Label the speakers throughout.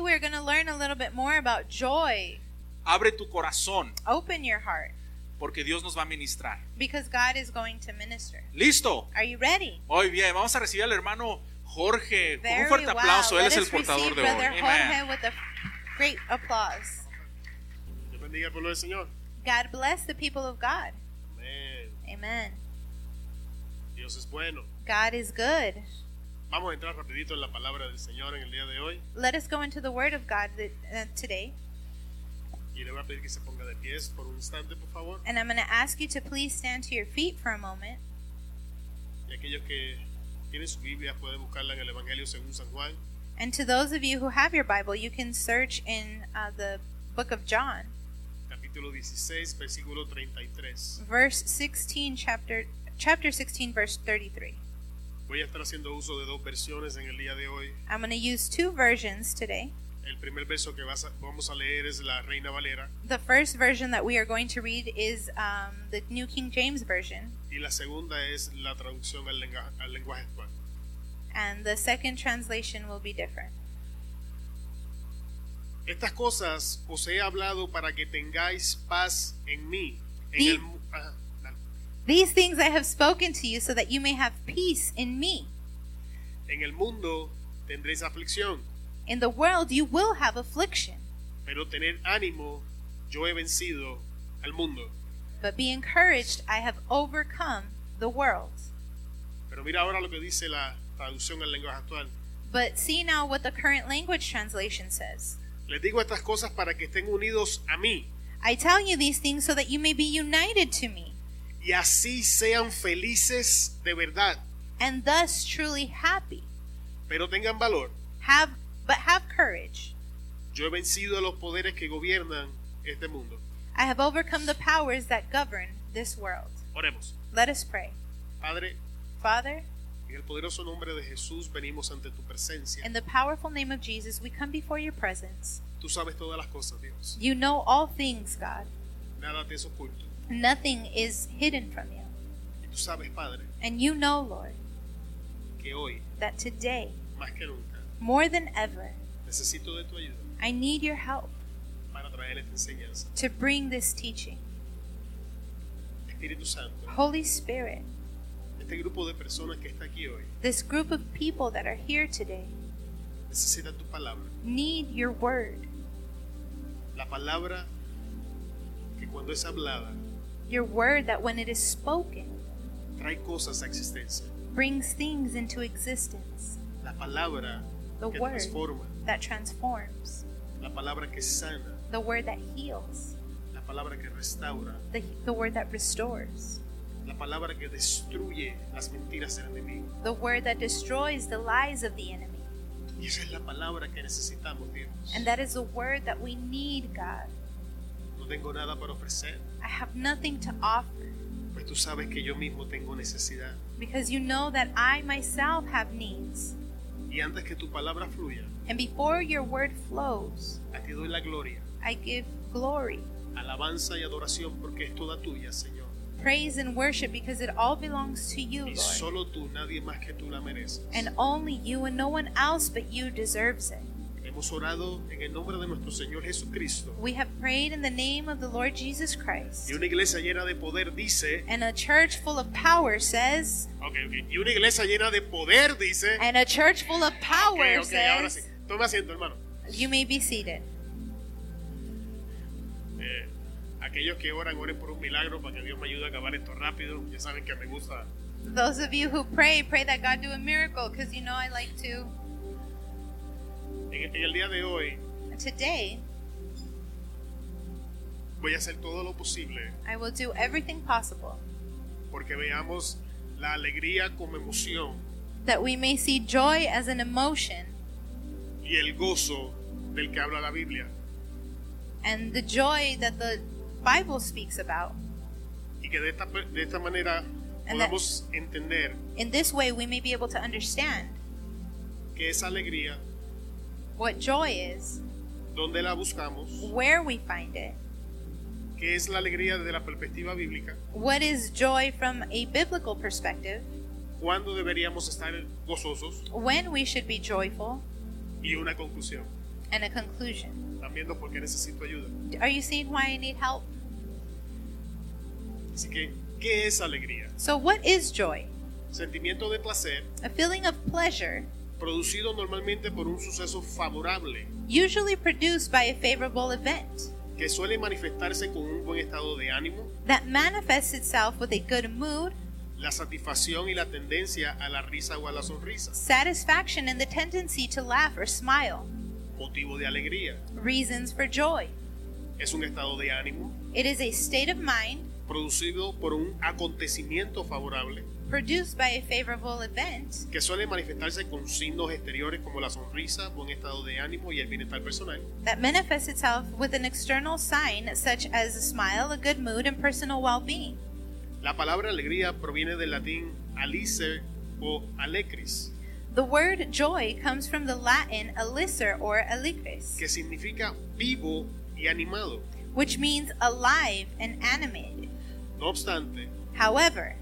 Speaker 1: we're going to learn a little bit more about joy.
Speaker 2: Abre tu corazón
Speaker 1: Open your heart
Speaker 2: porque Dios nos va a ministrar.
Speaker 1: because God is going to minister.
Speaker 2: ¿Listo?
Speaker 1: Are you ready?
Speaker 2: Muy bien, vamos a recibir al hermano Jorge con un
Speaker 1: Very
Speaker 2: fuerte
Speaker 1: well.
Speaker 2: aplauso. Él
Speaker 1: Let
Speaker 2: es el
Speaker 1: us receive
Speaker 2: portador de
Speaker 1: Brother
Speaker 2: hoy.
Speaker 1: Jorge
Speaker 2: Amen.
Speaker 1: with a great applause.
Speaker 3: Dios bendiga al pueblo del Señor.
Speaker 1: God bless the people of God.
Speaker 3: Amén.
Speaker 1: Amen.
Speaker 3: Dios es bueno.
Speaker 1: God is good.
Speaker 3: Vamos a entrar rapidito en la palabra del Señor en el día de hoy
Speaker 1: Let us go into the Word of God th- uh, today,
Speaker 3: y le voy a pedir que se ponga de pies por un instante, por favor.
Speaker 1: and I'm going to ask you to please stand to your feet for a moment.
Speaker 3: Y aquellos que tienen su Biblia pueden buscarla en el Evangelio según San Juan,
Speaker 1: And to those of you who have your Bible, you can search in uh, the book of John,
Speaker 3: capítulo 16, versículo 33.
Speaker 1: verse 16, chapter chapter 16, verse 33.
Speaker 3: Voy a estar haciendo uso de dos versiones en el día de hoy.
Speaker 1: I'm going to use two versions today.
Speaker 3: El primer verso que vas a- vamos a leer es la Reina Valera
Speaker 1: The first version that we are going to read is um, the New King James Version,
Speaker 3: y la segunda es la traducción al, lenga- al lenguaje actual.
Speaker 1: and the second translation will be different.
Speaker 3: Estas cosas os he hablado para que tengáis paz en mí. En
Speaker 1: Sí.
Speaker 3: el mu- ajá, dale.
Speaker 1: These things I have spoken to you so that you may have peace in me.
Speaker 3: En el mundo tendréis aflicción,
Speaker 1: In the world you will have affliction,
Speaker 3: pero tener ánimo, yo he vencido al mundo.
Speaker 1: but be encouraged, I have overcome the world.
Speaker 3: Pero mira ahora lo que dice la traducción al lenguaje actual.
Speaker 1: But see now what the current language translation says.
Speaker 3: Les digo estas cosas para que estén unidos a mí
Speaker 1: I tell you these things so that you may be united to me,
Speaker 3: y así sean felices de verdad,
Speaker 1: and thus truly happy.
Speaker 3: pero tengan valor.
Speaker 1: Have but have courage.
Speaker 3: Yo he vencido a los poderes que gobiernan este mundo.
Speaker 1: I have overcome the powers that govern this world.
Speaker 3: Oremos.
Speaker 1: Let us pray.
Speaker 3: Padre,
Speaker 1: Father,
Speaker 3: en el poderoso nombre de Jesús venimos ante tu presencia.
Speaker 1: in the powerful name of Jesus, we come before your presence.
Speaker 3: Tú sabes todas las cosas, Dios.
Speaker 1: You know all things, God.
Speaker 3: Nada te es oculto.
Speaker 1: Nothing is hidden from you.
Speaker 3: Y tú sabes, Padre,
Speaker 1: And you know, Lord,
Speaker 3: que hoy,
Speaker 1: that today,
Speaker 3: más que nunca,
Speaker 1: more than ever,
Speaker 3: necesito de tu ayuda
Speaker 1: I need your help
Speaker 3: para traer esta enseñanza.
Speaker 1: to bring this teaching.
Speaker 3: Espíritu Santo,
Speaker 1: Holy Spirit,
Speaker 3: este grupo de personas que está aquí hoy
Speaker 1: this group of people that are here today
Speaker 3: necesita tu palabra.
Speaker 1: need your word.
Speaker 3: La palabra que cuando es hablada
Speaker 1: Your word that when it is spoken
Speaker 3: trae cosas a existencia.
Speaker 1: brings things into existence,
Speaker 3: La palabra
Speaker 1: The
Speaker 3: que
Speaker 1: word.
Speaker 3: transforma.
Speaker 1: that transforms,
Speaker 3: La palabra que sana.
Speaker 1: the word that heals,
Speaker 3: La palabra que restaura.
Speaker 1: the, the word that restores,
Speaker 3: La palabra que destruye las mentiras del enemigo.
Speaker 1: the word that destroys the lies of the enemy.
Speaker 3: Y esa es la palabra que necesitamos, Dios.
Speaker 1: And that is the word that we need, God.
Speaker 3: No tengo nada para ofrecer,
Speaker 1: I have nothing to offer.
Speaker 3: pues tú sabes que yo mismo tengo necesidad.
Speaker 1: Because you know that I myself have needs.
Speaker 3: Y antes que tu palabra fluya,
Speaker 1: And before your word flows,
Speaker 3: a ti doy la gloria,
Speaker 1: I give glory,
Speaker 3: alabanza y adoración, porque es toda tuya, Señor.
Speaker 1: praise, and worship because it all belongs to you,
Speaker 3: Y
Speaker 1: Lord.
Speaker 3: solo tú, nadie más que tú la mereces.
Speaker 1: Oh, And only you and no one else but you deserves it.
Speaker 3: Hemos orado en el nombre de nuestro Señor Jesucristo.
Speaker 1: We have prayed in the name of the Lord Jesus Christ.
Speaker 3: Y una iglesia llena de poder dice,
Speaker 1: And a church full of power says,
Speaker 3: ok, ok, y una iglesia llena de poder dice,
Speaker 1: and a church full of
Speaker 3: ok,
Speaker 1: power
Speaker 3: ok, ahora sí,
Speaker 1: says,
Speaker 3: toma asiento, hermano.
Speaker 1: you may be seated.
Speaker 3: Eh, aquellos que oran, oren por un milagro para que Dios me ayude a acabar esto rápido. Ya saben que me gusta
Speaker 1: Those of you who pray, pray that God do a miracle because you know I like to.
Speaker 3: En, en el día de hoy
Speaker 1: Today,
Speaker 3: voy a hacer todo lo posible
Speaker 1: I will do everything possible
Speaker 3: porque veamos la alegría como emoción
Speaker 1: that we may see joy as an emotion
Speaker 3: y el gozo del que habla la Biblia
Speaker 1: and the joy that the Bible speaks about.
Speaker 3: y que de esta, pe- de esta manera podamos entender
Speaker 1: In this way, we may be able to understand
Speaker 3: que esa alegría,
Speaker 1: what joy is,
Speaker 3: dónde la buscamos,
Speaker 1: where we find it,
Speaker 3: qué es la alegría desde la perspectiva bíblica,
Speaker 1: what is joy from a biblical perspective,
Speaker 3: cuándo deberíamos estar gozosos
Speaker 1: when we should be joyful,
Speaker 3: y una conclusión.
Speaker 1: and a conclusion.
Speaker 3: Están viendo por qué necesito ayuda.
Speaker 1: Are you seeing why I need help?
Speaker 3: Así que, ¿qué es alegría?
Speaker 1: So, what is joy?
Speaker 3: Sentimiento de placer
Speaker 1: A feeling of pleasure,
Speaker 3: producido normalmente por un suceso favorable
Speaker 1: usually produced by a favorable event,
Speaker 3: que suele manifestarse con un buen estado de ánimo,
Speaker 1: that manifests itself with a good mood,
Speaker 3: la satisfacción y la tendencia a la risa o a la sonrisa,
Speaker 1: satisfaction, and the tendency to laugh or smile.
Speaker 3: motivo de alegría.
Speaker 1: Reasons for joy.
Speaker 3: Es un estado de ánimo
Speaker 1: It is a state of mind
Speaker 3: producido por un acontecimiento favorable
Speaker 1: produced by a favorable event
Speaker 3: que suele manifestarse con signos exteriores como la sonrisa, buen estado de ánimo y el bienestar personal,
Speaker 1: that manifests itself with an external sign such as a smile, a good mood, and personal well being.
Speaker 3: La palabra alegría proviene del latín alice o alecris,
Speaker 1: The word joy comes from the Latin alicer or
Speaker 3: que
Speaker 1: alegris,
Speaker 3: significa vivo y animado.
Speaker 1: which means alive and animated.
Speaker 3: No obstante,
Speaker 1: However,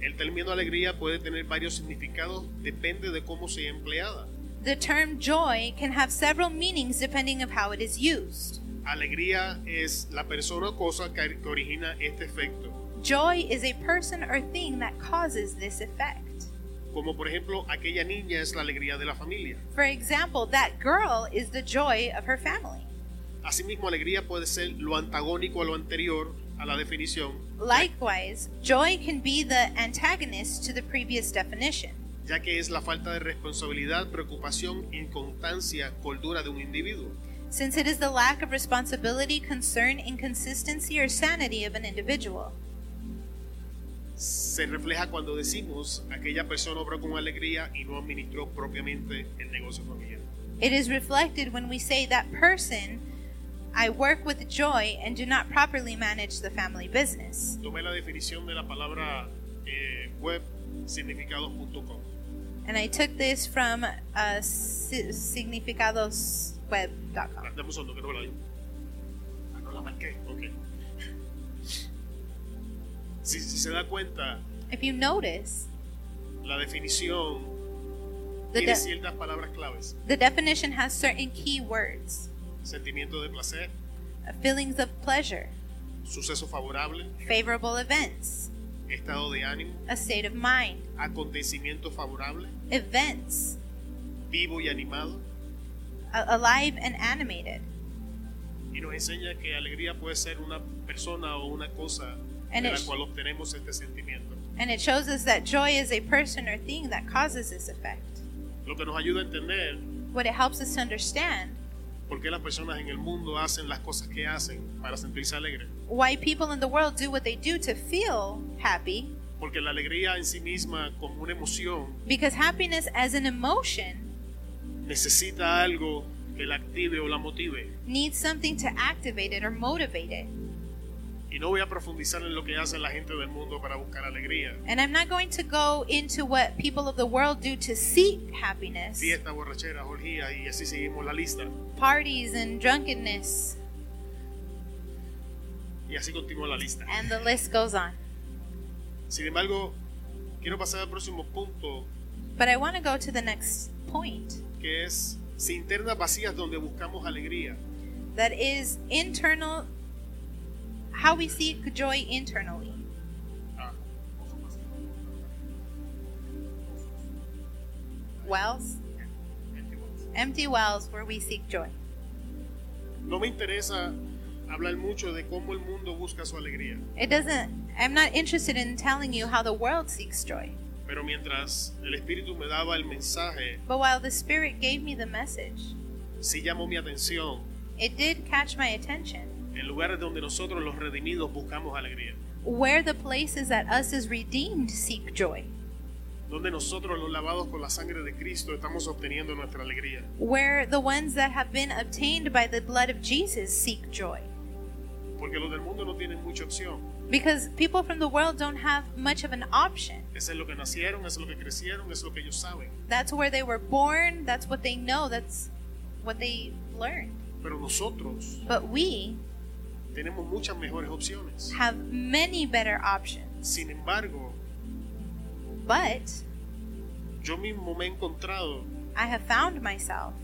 Speaker 3: el término alegría puede tener varios significados, depende de cómo sea empleada.
Speaker 1: the term joy can have several meanings depending of how it is used.
Speaker 3: Alegría es la persona o cosa que que origina este efecto,
Speaker 1: Joy is a person or thing that causes this effect.
Speaker 3: como por ejemplo aquella niña es la alegría de la familia.
Speaker 1: For example, that girl is the joy of her family.
Speaker 3: Asimismo, alegría puede ser lo antagónico a lo anterior a la definición,
Speaker 1: Likewise, joy can be the antagonist to the previous definition,
Speaker 3: ya que es la falta de responsabilidad, preocupación, inconstancia, cordura de un individuo.
Speaker 1: since it is the lack of responsibility, concern, inconsistency, or sanity of an individual.
Speaker 3: Se refleja cuando decimos aquella persona obró con alegría y no administró propiamente el negocio familiar.
Speaker 1: It is reflected when we say that person, I work with joy and do not properly manage the family business.
Speaker 3: Tomé la definición de la palabra eh, web significados.com.
Speaker 1: And I took this from uh, si- significadosweb.com.
Speaker 3: Ah, Dame un segundo, que no me la digo. Ah, no la marqué. Ok. Si, si se da cuenta,
Speaker 1: If you notice,
Speaker 3: la definición
Speaker 1: the,
Speaker 3: tiene
Speaker 1: de-
Speaker 3: ciertas palabras claves.
Speaker 1: the definition has certain key words
Speaker 3: Sentimiento de placer,
Speaker 1: uh, feelings of pleasure,
Speaker 3: suceso favorable,
Speaker 1: favorable events,
Speaker 3: estado de ánimo,
Speaker 1: a state of mind,
Speaker 3: acontecimiento favorable,
Speaker 1: events,
Speaker 3: vivo y animado.
Speaker 1: a- alive and animated.
Speaker 3: Y nos enseña que alegría puede ser una persona o una cosa
Speaker 1: En
Speaker 3: de
Speaker 1: el-
Speaker 3: la cual obtenemos este sentimiento.
Speaker 1: And it shows us that joy is a person or thing that causes this effect.
Speaker 3: Lo que nos ayuda a entender
Speaker 1: What it helps us to understand
Speaker 3: por qué las personas en el mundo hacen las cosas que hacen para sentirse alegres.
Speaker 1: why people in the world do what they do to feel happy,
Speaker 3: Porque la alegría en sí misma, como una emoción,
Speaker 1: because happiness as an emotion
Speaker 3: necesita algo que la active o la motive.
Speaker 1: needs something to activate it or motivate it.
Speaker 3: Y no voy a profundizar en lo que hace la gente del mundo para buscar alegría.
Speaker 1: And I'm not going to go into what people of the world do to seek happiness
Speaker 3: Fiestas, borracheras, orgías y así seguimos la lista.
Speaker 1: parties and drunkenness,
Speaker 3: Y así continúa la lista.
Speaker 1: and the list goes on.
Speaker 3: Sin embargo, quiero pasar al próximo punto,
Speaker 1: But I want to go to the next point
Speaker 3: que es internas vacías donde buscamos alegría.
Speaker 1: that is internal, how we seek joy internally.
Speaker 3: Ah,
Speaker 1: Wells, empty wells where we seek joy.
Speaker 3: No me interesa hablar mucho de cómo el mundo busca su alegría,
Speaker 1: It doesn't, I'm not interested in telling you how the world seeks joy.
Speaker 3: pero mientras el Espíritu me daba el mensaje,
Speaker 1: But while the Spirit gave me the message,
Speaker 3: sí llamó mi atención
Speaker 1: it did catch my attention.
Speaker 3: en lugares donde nosotros los redimidos buscamos alegría,
Speaker 1: Where the places that us as redeemed seek joy,
Speaker 3: donde nosotros los lavados con la sangre de Cristo estamos obteniendo nuestra alegría.
Speaker 1: where the ones that have been obtained by the blood of Jesus seek joy.
Speaker 3: Porque los del mundo no tienen mucha opción.
Speaker 1: Because people from the world don't have much of an option.
Speaker 3: Eso es lo que nacieron, eso es lo que crecieron, eso es lo que ellos saben.
Speaker 1: That's where they were born, that's what they know, that's what they learned.
Speaker 3: Pero nosotros
Speaker 1: But we
Speaker 3: tenemos muchas mejores opciones.
Speaker 1: have many better options.
Speaker 3: Sin embargo,
Speaker 1: But
Speaker 3: yo mismo me he encontrado
Speaker 1: I have found myself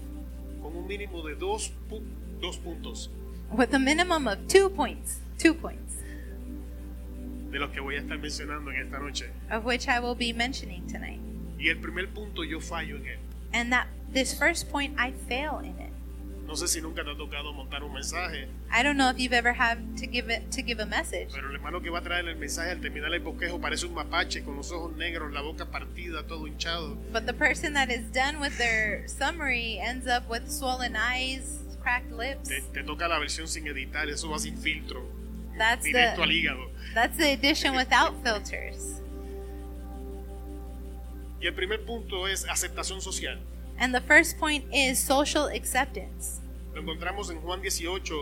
Speaker 3: con con un mínimo de dos, pu- dos puntos
Speaker 1: with a minimum of two points, two points,
Speaker 3: de los que voy a estar mencionando en esta noche.
Speaker 1: of which I will be mentioning tonight.
Speaker 3: Y el primer punto yo fallo en él.
Speaker 1: And that this first point, I fail in it.
Speaker 3: No sé si nunca te ha tocado montar un mensaje,
Speaker 1: I don't know if you've ever had to give it to give a message,
Speaker 3: pero el hermano que va a traer el mensaje al terminar el bosquejo parece un mapache con los ojos negros, la boca partida, todo hinchado.
Speaker 1: but the person that is done with their summary ends up with swollen eyes, cracked lips.
Speaker 3: Te, te toca la versión sin editar, eso va sin filtro,
Speaker 1: That's
Speaker 3: directo al
Speaker 1: the
Speaker 3: hígado.
Speaker 1: that's the edition without filters.
Speaker 3: Y el primer punto es aceptación social.
Speaker 1: And the first point is social acceptance.
Speaker 3: Lo encontramos en Juan 18,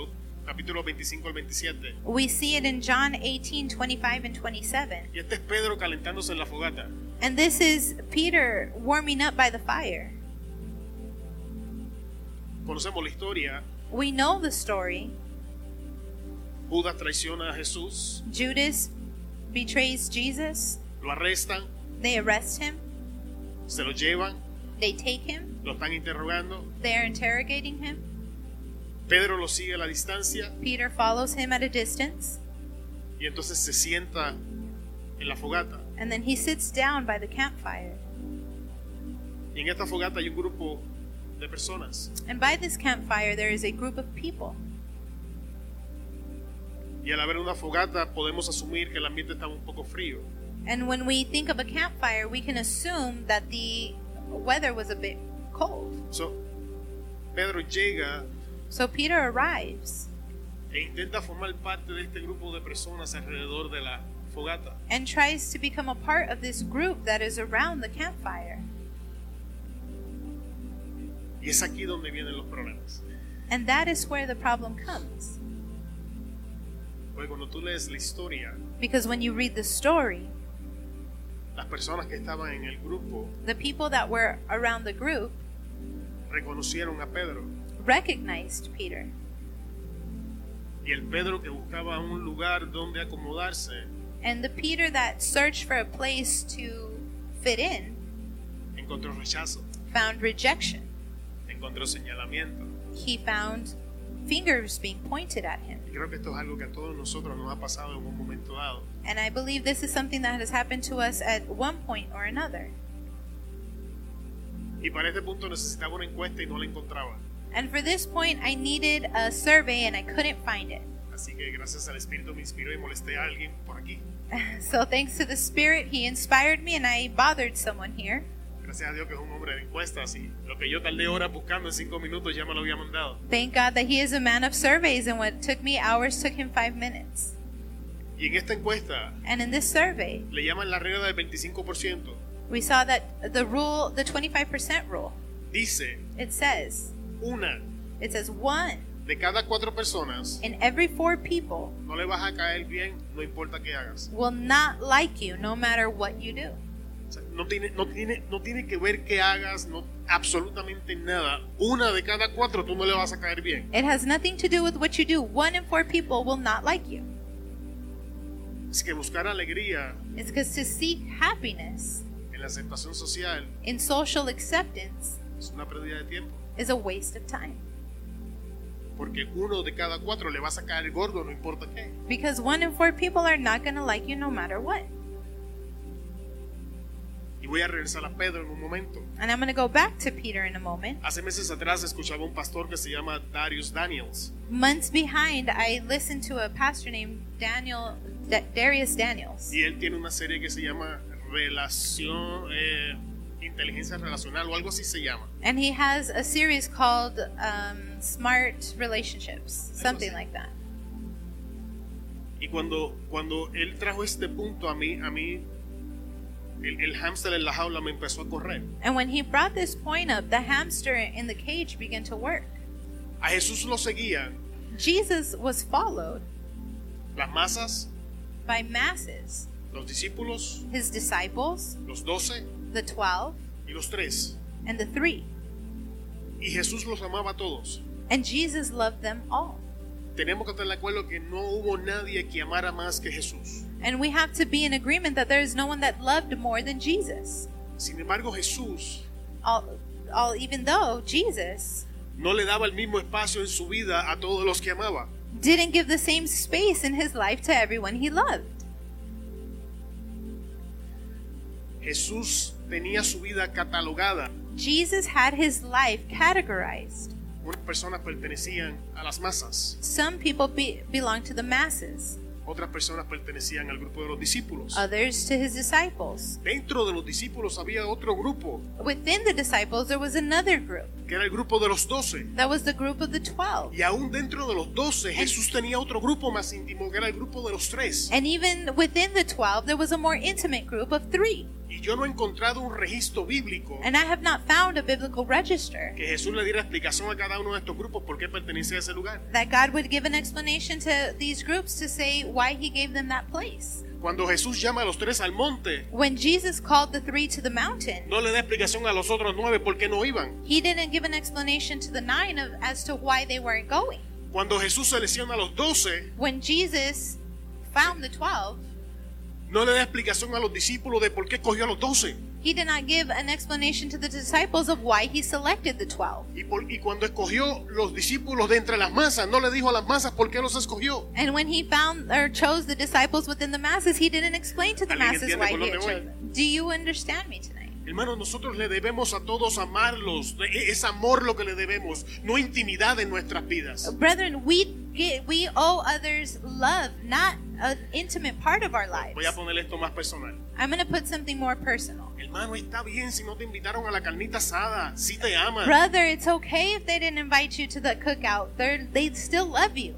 Speaker 3: capítulo 25 al 27.
Speaker 1: We see it in John 18, 25 and 27.
Speaker 3: Y este es Pedro calentándose en la fogata.
Speaker 1: And this is Peter warming up by the fire.
Speaker 3: Conocemos la historia.
Speaker 1: We know the story.
Speaker 3: Judas traiciona a Jesús,
Speaker 1: Judas betrays Jesus.
Speaker 3: lo arrestan,
Speaker 1: They arrest him.
Speaker 3: se lo llevan,
Speaker 1: They take him.
Speaker 3: lo están interrogando.
Speaker 1: They're interrogating him.
Speaker 3: Pedro lo sigue a la distancia
Speaker 1: Peter follows him at a distance.
Speaker 3: y entonces se sienta en la fogata.
Speaker 1: And then he sits down by the campfire.
Speaker 3: Y en esta fogata hay un grupo de personas.
Speaker 1: And by this campfire, there is a group of people.
Speaker 3: Y al haber una fogata podemos asumir que el ambiente está un poco frío.
Speaker 1: And when we think of a campfire, we can assume that the weather was a bit cold.
Speaker 3: So, Pedro llega
Speaker 1: So Peter arrives
Speaker 3: e intenta formar parte de este grupo de personas alrededor de la fogata.
Speaker 1: and tries to become a part of this group that is around the campfire.
Speaker 3: Y es aquí donde vienen los problemas.
Speaker 1: And that is where the problem comes.
Speaker 3: Porque cuando tú lees la historia,
Speaker 1: Because when you read the story,
Speaker 3: las personas que estaban en el grupo
Speaker 1: the people that were around the group
Speaker 3: reconocieron a Pedro.
Speaker 1: recognized Peter.
Speaker 3: Y el Pedro que buscaba un lugar donde acomodarse,
Speaker 1: And the Peter that searched for a place to fit in
Speaker 3: encontró rechazo,
Speaker 1: found rejection.
Speaker 3: encontró señalamiento.
Speaker 1: He found fingers being pointed at him.
Speaker 3: Y creo que esto es algo que a todos nosotros nos ha pasado en un momento dado.
Speaker 1: And I believe this is something that has happened to us at one point or another.
Speaker 3: Y para este punto necesitaba una encuesta y no la encontraba.
Speaker 1: And for this point, I needed a survey and I couldn't find it.
Speaker 3: Así que gracias al Espíritu me inspiró y molesté a alguien por aquí.
Speaker 1: So, thanks to the Spirit, He inspired me and I bothered someone here.
Speaker 3: Gracias a Dios que es un hombre de encuestas y lo que yo tardé horas buscando en cinco minutos ya me lo había mandado.
Speaker 1: Thank God that He is a man of surveys, and what took me hours took Him five minutes.
Speaker 3: Y en esta encuesta
Speaker 1: And in this survey,
Speaker 3: le llaman la regla del 25%.
Speaker 1: we saw that the rule, the 25% rule,
Speaker 3: Dice,
Speaker 1: it says,
Speaker 3: una
Speaker 1: it says one
Speaker 3: de cada cuatro personas
Speaker 1: in every four people
Speaker 3: no le vas a caer bien, no importa qué hagas.
Speaker 1: will not like you no matter what you do.
Speaker 3: O sea, no, tiene, no, tiene, no tiene que ver qué hagas, no, absolutamente nada. Una de cada cuatro tú no le vas a caer bien.
Speaker 1: It has nothing to do with what you do. One in four people will not like you.
Speaker 3: Así que buscar alegría
Speaker 1: It's because to seek happiness
Speaker 3: en la aceptación social
Speaker 1: in social acceptance
Speaker 3: es una pérdida de tiempo.
Speaker 1: is a waste of time.
Speaker 3: Porque uno de cada cuatro le vas a caer gordo, no importa qué.
Speaker 1: Because one in four people are not going to like you no matter what.
Speaker 3: Y voy a regresar a Pedro en un momento.
Speaker 1: And I'm going to go back to Peter in a moment.
Speaker 3: Hace meses atrás escuchaba un pastor que se llama Darius Daniels.
Speaker 1: Months behind, I listened to a pastor named Daniel Da- Darius Daniels.
Speaker 3: Y él tiene una serie que se llama Relación, eh, Inteligencia Relacional o algo así se llama.
Speaker 1: And he has a series called um, Smart Relationships, something like that.
Speaker 3: Y cuando, cuando él trajo este punto a mí, a mí el, el hámster en la jaula me empezó a correr.
Speaker 1: And when he brought this point up, the hamster in the cage began to work.
Speaker 3: A Jesús lo seguían
Speaker 1: Jesus was followed
Speaker 3: las masas,
Speaker 1: by masses
Speaker 3: los discípulos,
Speaker 1: his disciples,
Speaker 3: los doce
Speaker 1: the twelve,
Speaker 3: y los tres.
Speaker 1: and the three.
Speaker 3: Y Jesús los amaba a todos.
Speaker 1: And Jesus loved them all.
Speaker 3: Tenemos que estar de acuerdo que no hubo nadie que amara más que Jesús.
Speaker 1: And we have to be in agreement that there is no one that loved more than Jesus.
Speaker 3: Sin embargo, Jesús
Speaker 1: All, all even though Jesus
Speaker 3: no le daba el mismo espacio en su vida a todos los que amaba.
Speaker 1: didn't give the same space in his life to everyone he loved.
Speaker 3: Jesús tenía su vida catalogada.
Speaker 1: Jesus had his life categorized.
Speaker 3: Unas personas pertenecían a las masas,
Speaker 1: Some people be- belong to the masses,
Speaker 3: otras personas pertenecían al grupo de los discípulos.
Speaker 1: others to his disciples.
Speaker 3: Dentro de los discípulos había otro grupo,
Speaker 1: Within the disciples, there was another group.
Speaker 3: que era el grupo de los doce.
Speaker 1: That was the group of the 12.
Speaker 3: Y aún dentro de los doce, Jesús tenía otro grupo más íntimo, que era el grupo de los tres.
Speaker 1: And even within the 12, there was a more intimate group of three.
Speaker 3: Y yo no he encontrado un registro bíblico
Speaker 1: And I have not found a biblical register
Speaker 3: que Jesús le diera explicación a cada uno de estos grupos por qué pertenecía a ese lugar.
Speaker 1: that God would give an explanation to these groups to say why he gave them that place.
Speaker 3: Cuando Jesús llama a los tres al monte,
Speaker 1: When Jesus called the three to the mountain,
Speaker 3: no le da explicación a los otros nueve por qué no iban.
Speaker 1: he didn't give an explanation to the nine of, as to why they weren't going.
Speaker 3: Cuando Jesús selecciona a los doce,
Speaker 1: When Jesus found the 12,
Speaker 3: no le da explicación a los discípulos de por qué cogió a los doce.
Speaker 1: he did not give an explanation to the disciples of why he selected the 12.
Speaker 3: Y, por- y cuando escogió los discípulos de entre las masas, no le dijo a las masas por qué los escogió.
Speaker 1: And when he found or chose the disciples within the masses, he didn't explain to the
Speaker 3: ¿Alguien
Speaker 1: masses
Speaker 3: entiende
Speaker 1: why
Speaker 3: por
Speaker 1: he
Speaker 3: dónde
Speaker 1: had
Speaker 3: voy?
Speaker 1: chosen. Do you understand me tonight?
Speaker 3: Hermanos, nosotros le debemos a todos amarlos. E- Es amor lo que le debemos, no intimidad en nuestras vidas.
Speaker 1: Brethren, we get, we owe others love, not an intimate part of our lives.
Speaker 3: Voy a poner esto más personal.
Speaker 1: I'm going to put something more personal.
Speaker 3: Hermano, está bien si no te invitaron a la carnita asada, si te aman.
Speaker 1: Brother, it's okay if they didn't invite you to the cookout. They're, they still love you.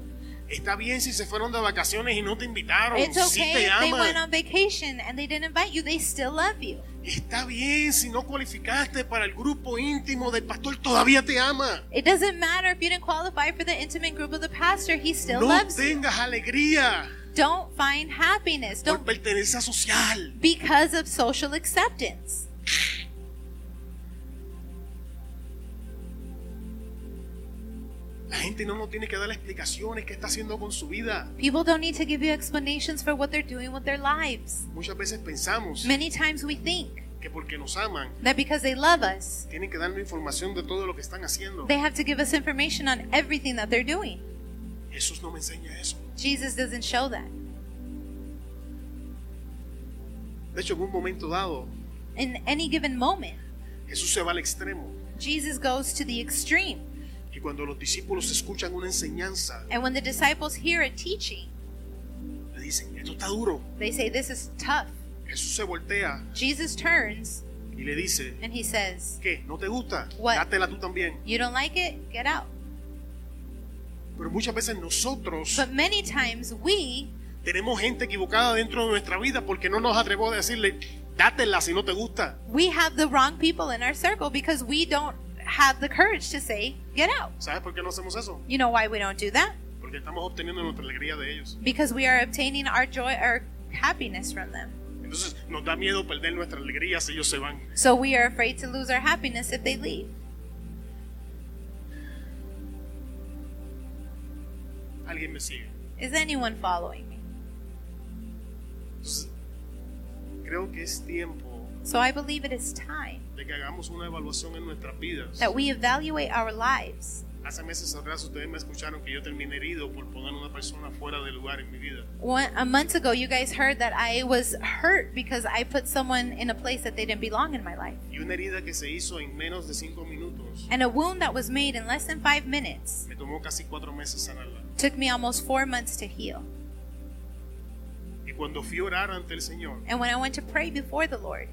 Speaker 3: Está bien si se fueron de vacaciones y no te invitaron,
Speaker 1: It's
Speaker 3: si
Speaker 1: okay
Speaker 3: te
Speaker 1: if they went
Speaker 3: aman.
Speaker 1: on vacation and they didn't invite you. They still love you.
Speaker 3: Está bien si no cualificaste para el grupo íntimo del pastor, todavía te ama.
Speaker 1: It doesn't matter if you didn't qualify for the intimate group of the pastor. He still
Speaker 3: No
Speaker 1: loves you.
Speaker 3: tengas alegría
Speaker 1: Don't find happiness.
Speaker 3: por
Speaker 1: Don't
Speaker 3: pertenencia social.
Speaker 1: because of social acceptance.
Speaker 3: La gente no nos tiene que dar explicaciones qué está haciendo con su vida.
Speaker 1: People don't need to give you explanations for what they're doing with their lives.
Speaker 3: Muchas veces pensamos
Speaker 1: Many times we think
Speaker 3: que porque nos aman,
Speaker 1: that because they love us,
Speaker 3: tienen que darnos información de todo lo que están haciendo.
Speaker 1: they have to give us information on everything that they're doing.
Speaker 3: Jesús no me enseña eso.
Speaker 1: Jesus doesn't show that.
Speaker 3: De hecho, en un momento dado,
Speaker 1: In any given moment,
Speaker 3: Jesús se va al extremo.
Speaker 1: Jesus goes to the extreme.
Speaker 3: Y cuando los discípulos escuchan una enseñanza,
Speaker 1: And when the disciples hear a teaching,
Speaker 3: le dicen, esto está duro.
Speaker 1: they say, This is tough.
Speaker 3: Jesús se voltea
Speaker 1: Jesus turns
Speaker 3: y le dice,
Speaker 1: and he says,
Speaker 3: ¿qué? ¿No te gusta?
Speaker 1: What?
Speaker 3: Dátela tú también.
Speaker 1: You don't like it? Get out.
Speaker 3: Pero muchas veces nosotros
Speaker 1: But many times we
Speaker 3: tenemos gente equivocada dentro de nuestra vida porque no nos atrevemos a decirle, dátela si no te gusta.
Speaker 1: we have the wrong people in our circle because we don't have the courage to say, Get out.
Speaker 3: ¿Sabes por qué no hacemos eso?
Speaker 1: You know why we don't do that?
Speaker 3: Porque estamos obteniendo nuestra alegría de ellos.
Speaker 1: Because we are obtaining our joy, our happiness from them.
Speaker 3: Entonces nos da miedo perder nuestra alegría si ellos se van.
Speaker 1: So we are afraid to lose our happiness if they leave.
Speaker 3: Alguien me sigue.
Speaker 1: Is anyone following me?
Speaker 3: Entonces, creo que es tiempo
Speaker 1: So I believe it is time
Speaker 3: de que hagamos una evaluación en nuestras vidas.
Speaker 1: that we evaluate our lives.
Speaker 3: Hace meses atrás ustedes me escucharon que yo terminé herido por poner una persona fuera de lugar en mi vida.
Speaker 1: One, a month ago, you guys heard that I was hurt because I put someone in a place that they didn't belong in my life.
Speaker 3: Y una herida que se hizo en menos de cinco minutos
Speaker 1: And a wound that was made in less than five minutes
Speaker 3: me tomó casi cuatro meses sanarla.
Speaker 1: took me almost four months to heal.
Speaker 3: Y cuando fui a orar ante el Señor,
Speaker 1: And when I went to pray before the Lord,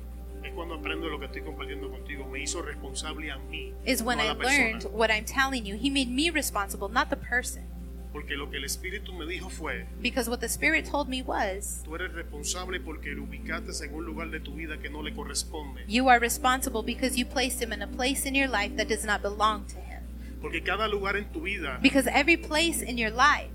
Speaker 3: es cuando aprendo lo que estoy compartiendo contigo. Me hizo responsable a mí,
Speaker 1: is when
Speaker 3: no a
Speaker 1: I
Speaker 3: la persona.
Speaker 1: learned what I'm telling you. He made me responsible, not the person.
Speaker 3: Porque lo que el Espíritu me dijo fue,
Speaker 1: Because what the Spirit told me was,
Speaker 3: Tú eres responsable porque lo ubicaste en un lugar de tu vida que no le corresponde.
Speaker 1: You are responsible because you placed him in a place in your life that does not belong to him.
Speaker 3: Porque cada lugar en tu vida
Speaker 1: Because every place in your life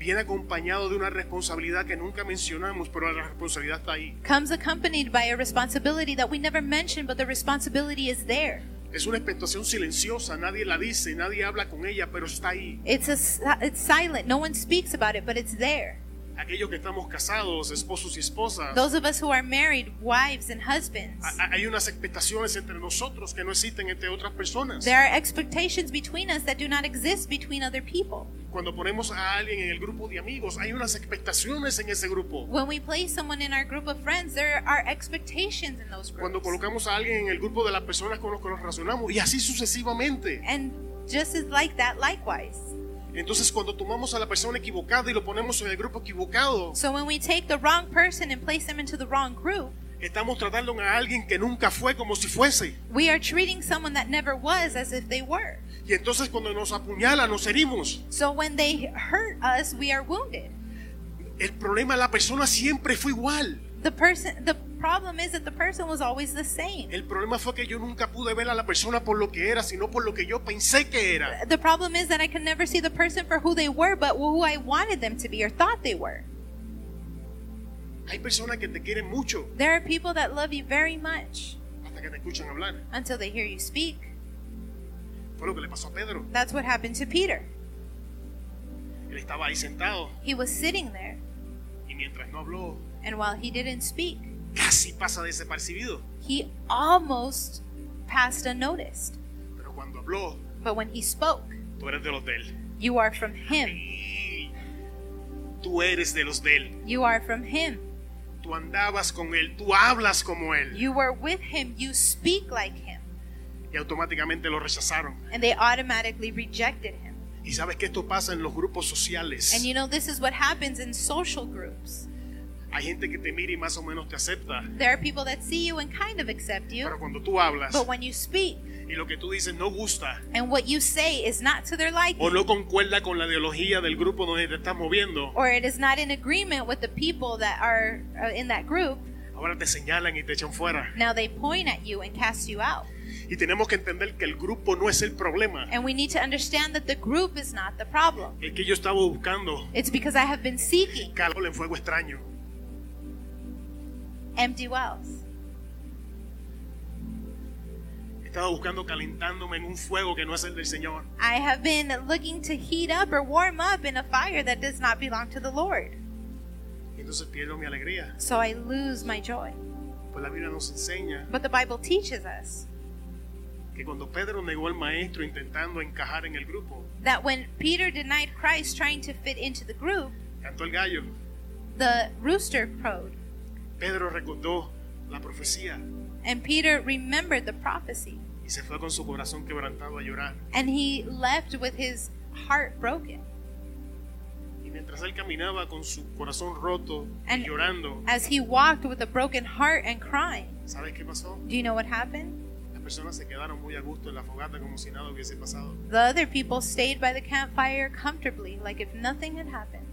Speaker 3: viene acompañado de una responsabilidad que nunca mencionamos, pero la responsabilidad está ahí.
Speaker 1: comes accompanied by a responsibility that we never mention, but the responsibility is there.
Speaker 3: Es una expectación silenciosa, nadie la dice, nadie habla con ella, pero está ahí.
Speaker 1: It's a si- it's silent. No one speaks about it, but it's there.
Speaker 3: aquellos que estamos casados, esposos y esposas,
Speaker 1: Those of us who are married, wives and husbands,
Speaker 3: a- a- hay unas expectaciones entre nosotros que no existen entre otras personas.
Speaker 1: there are expectations between us that do not exist between other people.
Speaker 3: Cuando ponemos a alguien en el grupo de amigos, hay unas expectaciones en ese grupo.
Speaker 1: When we place someone in our group of friends, there are expectations in those groups.
Speaker 3: Cuando colocamos a alguien en el grupo de las personas con las que nos relacionamos y así sucesivamente.
Speaker 1: And just as like that, likewise.
Speaker 3: Entonces cuando tomamos a la persona equivocada y lo ponemos en el grupo equivocado,
Speaker 1: So when we take the wrong person and place them into the wrong group,
Speaker 3: estamos tratando a alguien que nunca fue como si fuese.
Speaker 1: we are treating someone that never was as if they were.
Speaker 3: Y entonces cuando nos apuñala, nos herimos.
Speaker 1: So when they hurt us, we are wounded.
Speaker 3: El problema, la persona siempre fue igual.
Speaker 1: The person, the problem is that the person was always the same.
Speaker 3: El problema fue que yo nunca pude ver a la persona por lo que era, sino por lo que yo pensé que era.
Speaker 1: The problem is that I could never see the person for who they were, but who I wanted them to be or thought they were.
Speaker 3: Hay personas que te quieren mucho
Speaker 1: There are people that love you very much
Speaker 3: hasta que te escuchan hablar.
Speaker 1: until they hear you speak.
Speaker 3: Fue lo que le pasó a Pedro.
Speaker 1: That's what happened to Peter.
Speaker 3: Él estaba ahí sentado
Speaker 1: He was sitting there,
Speaker 3: y mientras no habló,
Speaker 1: and while he didn't speak,
Speaker 3: casi pasa desapercibido.
Speaker 1: he almost passed unnoticed.
Speaker 3: Pero cuando habló,
Speaker 1: But when he spoke,
Speaker 3: tú eres de los de él.
Speaker 1: you are from him.
Speaker 3: Y Tú eres de los de él.
Speaker 1: You are from him.
Speaker 3: Tú andabas con él, tú hablas como él.
Speaker 1: You were with him. You speak like him.
Speaker 3: Y automáticamente lo rechazaron.
Speaker 1: And they automatically rejected him.
Speaker 3: Y sabes que esto pasa en los grupos
Speaker 1: And
Speaker 3: sociales.
Speaker 1: you know, this is what happens in social groups.
Speaker 3: Hay gente que te mira y más o menos te acepta.
Speaker 1: There are people that see you and kind of accept
Speaker 3: Pero
Speaker 1: you,
Speaker 3: cuando tú hablas
Speaker 1: but when you speak
Speaker 3: y lo que tú dices no gusta
Speaker 1: and what you say is not to their
Speaker 3: o
Speaker 1: liking,
Speaker 3: no concuerda con la ideología del grupo donde te estás moviendo,
Speaker 1: or it is not in agreement with the people that are uh, in that group,
Speaker 3: ahora te señalan y te echan fuera.
Speaker 1: now they point at you and cast you out.
Speaker 3: Y tenemos que entender que el grupo no es el problema.
Speaker 1: And we need to understand that the group is not the problem.
Speaker 3: El que yo estaba buscando,
Speaker 1: It's because I have been seeking
Speaker 3: calor en fuego extraño.
Speaker 1: empty wells.
Speaker 3: Estaba buscando calentándome en un fuego que no es el del Señor.
Speaker 1: I have been looking to heat up or warm up in a fire that does not belong to the Lord.
Speaker 3: Y entonces pierdo mi alegría.
Speaker 1: So I lose my joy.
Speaker 3: Pues la Biblia nos enseña
Speaker 1: But the Bible teaches us
Speaker 3: que cuando Pedro negó al maestro intentando encajar en el grupo,
Speaker 1: that when Peter denied Christ trying to fit into the group,
Speaker 3: cantó el gallo.
Speaker 1: the rooster crowed,
Speaker 3: Pedro recordó la profecía
Speaker 1: and Peter remembered the prophecy,
Speaker 3: y se fue con su corazón quebrantado a llorar.
Speaker 1: and he left with his heart broken.
Speaker 3: Y mientras él caminaba con su corazón roto y
Speaker 1: And-
Speaker 3: llorando,
Speaker 1: As he walked with a broken heart and crying,
Speaker 3: ¿sabes qué pasó?
Speaker 1: do you know what happened?
Speaker 3: Las personas se quedaron muy a gusto en la fogata como si nada hubiese pasado.
Speaker 1: The other people stayed by the campfire comfortably, like if nothing had happened.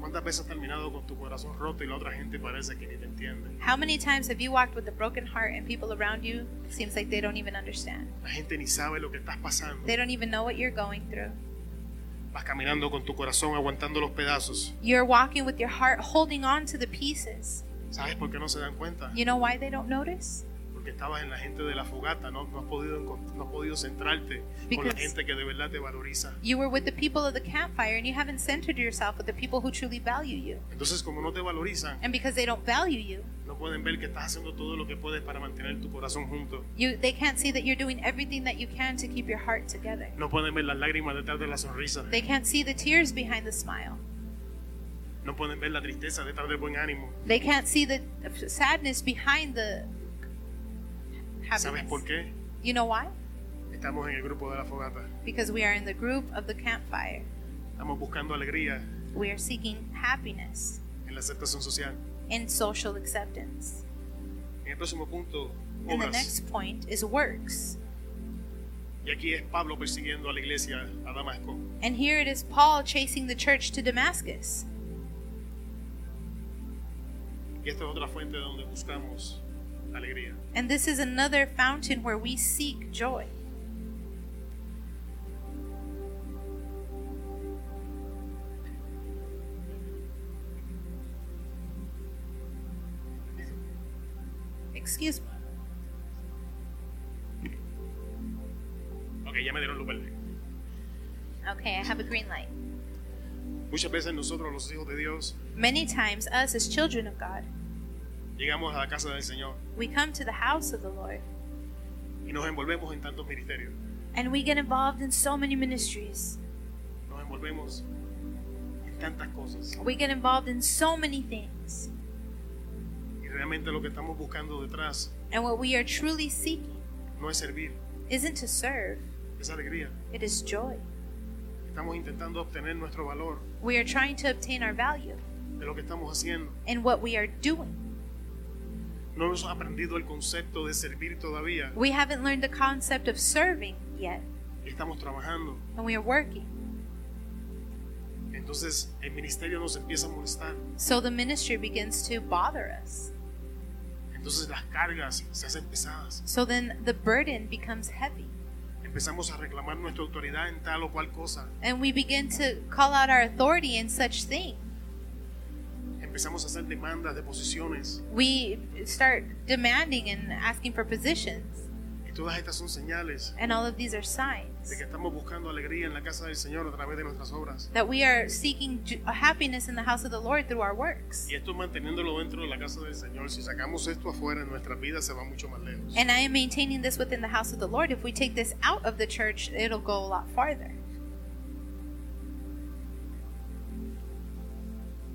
Speaker 3: ¿Cuántas veces has terminado con tu corazón roto y la otra gente parece que ni te entiende?
Speaker 1: How many times have you walked with a broken heart and people around you seems like they don't even understand?
Speaker 3: La gente ni sabe lo que estás pasando.
Speaker 1: They don't even know what you're going through.
Speaker 3: Vas caminando con tu corazón aguantando los pedazos.
Speaker 1: You're walking with your heart holding on to the pieces.
Speaker 3: ¿Sabes por qué no se dan cuenta?
Speaker 1: You know why they don't notice?
Speaker 3: Porque estabas en la gente de la fogata, no, no has, podido, encont- no has podido centrarte con la
Speaker 1: Because-
Speaker 3: gente que de verdad te valoriza.
Speaker 1: You were with the people of the campfire and you haven't centered yourself with the people who truly value you.
Speaker 3: Entonces, como no te valorizan,
Speaker 1: And because they don't value you,
Speaker 3: no pueden ver que estás haciendo todo lo que puedes para mantener tu corazón junto.
Speaker 1: you they can't see that you're doing everything that you can to keep your heart together.
Speaker 3: No pueden ver las lágrimas detrás de la sonrisa.
Speaker 1: They can't see the tears behind the smile.
Speaker 3: No pueden ver la tristeza detrás del buen ánimo.
Speaker 1: They can't see the sadness behind the
Speaker 3: ¿Sabes por
Speaker 1: happiness.
Speaker 3: qué?
Speaker 1: You know why?
Speaker 3: Estamos en el grupo de la fogata.
Speaker 1: Because we are in the group of the campfire.
Speaker 3: Estamos buscando alegría
Speaker 1: We are seeking happiness
Speaker 3: en la aceptación social.
Speaker 1: and social acceptance.
Speaker 3: En el próximo punto,
Speaker 1: And the
Speaker 3: obras.
Speaker 1: next point is works.
Speaker 3: Y aquí es Pablo persiguiendo a la iglesia a Damasco.
Speaker 1: And here it is Paul chasing the church to Damascus.
Speaker 3: Y esta es otra fuente donde buscamos alegría.
Speaker 1: And this is another fountain where we seek joy. Excuse me.
Speaker 3: Ok, ya me dieron luz verde.
Speaker 1: Okay, I have a green light.
Speaker 3: Muchas veces nosotros, los hijos de Dios,
Speaker 1: Many times, us as children of God,
Speaker 3: llegamos a la casa del Señor
Speaker 1: we come to the house of the Lord
Speaker 3: y nos envolvemos en tantos ministerios.
Speaker 1: and we get involved in so many ministries.
Speaker 3: Nos envolvemos en tantas cosas.
Speaker 1: We get involved in so many things.
Speaker 3: Y realmente lo que estamos buscando detrás
Speaker 1: And what we are truly seeking
Speaker 3: no es servir,
Speaker 1: isn't to serve,
Speaker 3: es alegría.
Speaker 1: it is joy.
Speaker 3: Estamos intentando obtener nuestro valor
Speaker 1: We are trying to obtain our value
Speaker 3: de lo que estamos haciendo.
Speaker 1: in what we are doing.
Speaker 3: No hemos aprendido el concepto de servir todavía.
Speaker 1: We haven't learned the concept of serving yet,
Speaker 3: y Estamos trabajando.
Speaker 1: and we are working.
Speaker 3: Entonces el ministerio nos empieza a molestar.
Speaker 1: So the ministry begins to bother us.
Speaker 3: Entonces las cargas se hacen pesadas.
Speaker 1: So then the burden becomes heavy,
Speaker 3: Empezamos a reclamar nuestra autoridad en tal o cual cosa.
Speaker 1: and we begin to call out our authority in such thing.
Speaker 3: Empezamos a hacer demandas de posiciones.
Speaker 1: We start demanding and asking for positions,
Speaker 3: Y todas estas son señales
Speaker 1: and all of these are
Speaker 3: de
Speaker 1: signs
Speaker 3: que estamos buscando alegría en la casa del Señor a través de nuestras obras.
Speaker 1: that we are seeking ju- happiness in the house of the Lord through our works.
Speaker 3: Y esto manteniéndolo dentro de la casa del Señor. Si sacamos esto afuera, nuestra vida se va mucho más lejos.
Speaker 1: And I am maintaining this within the house of the Lord. If we take this out of the church, it'll go a lot farther.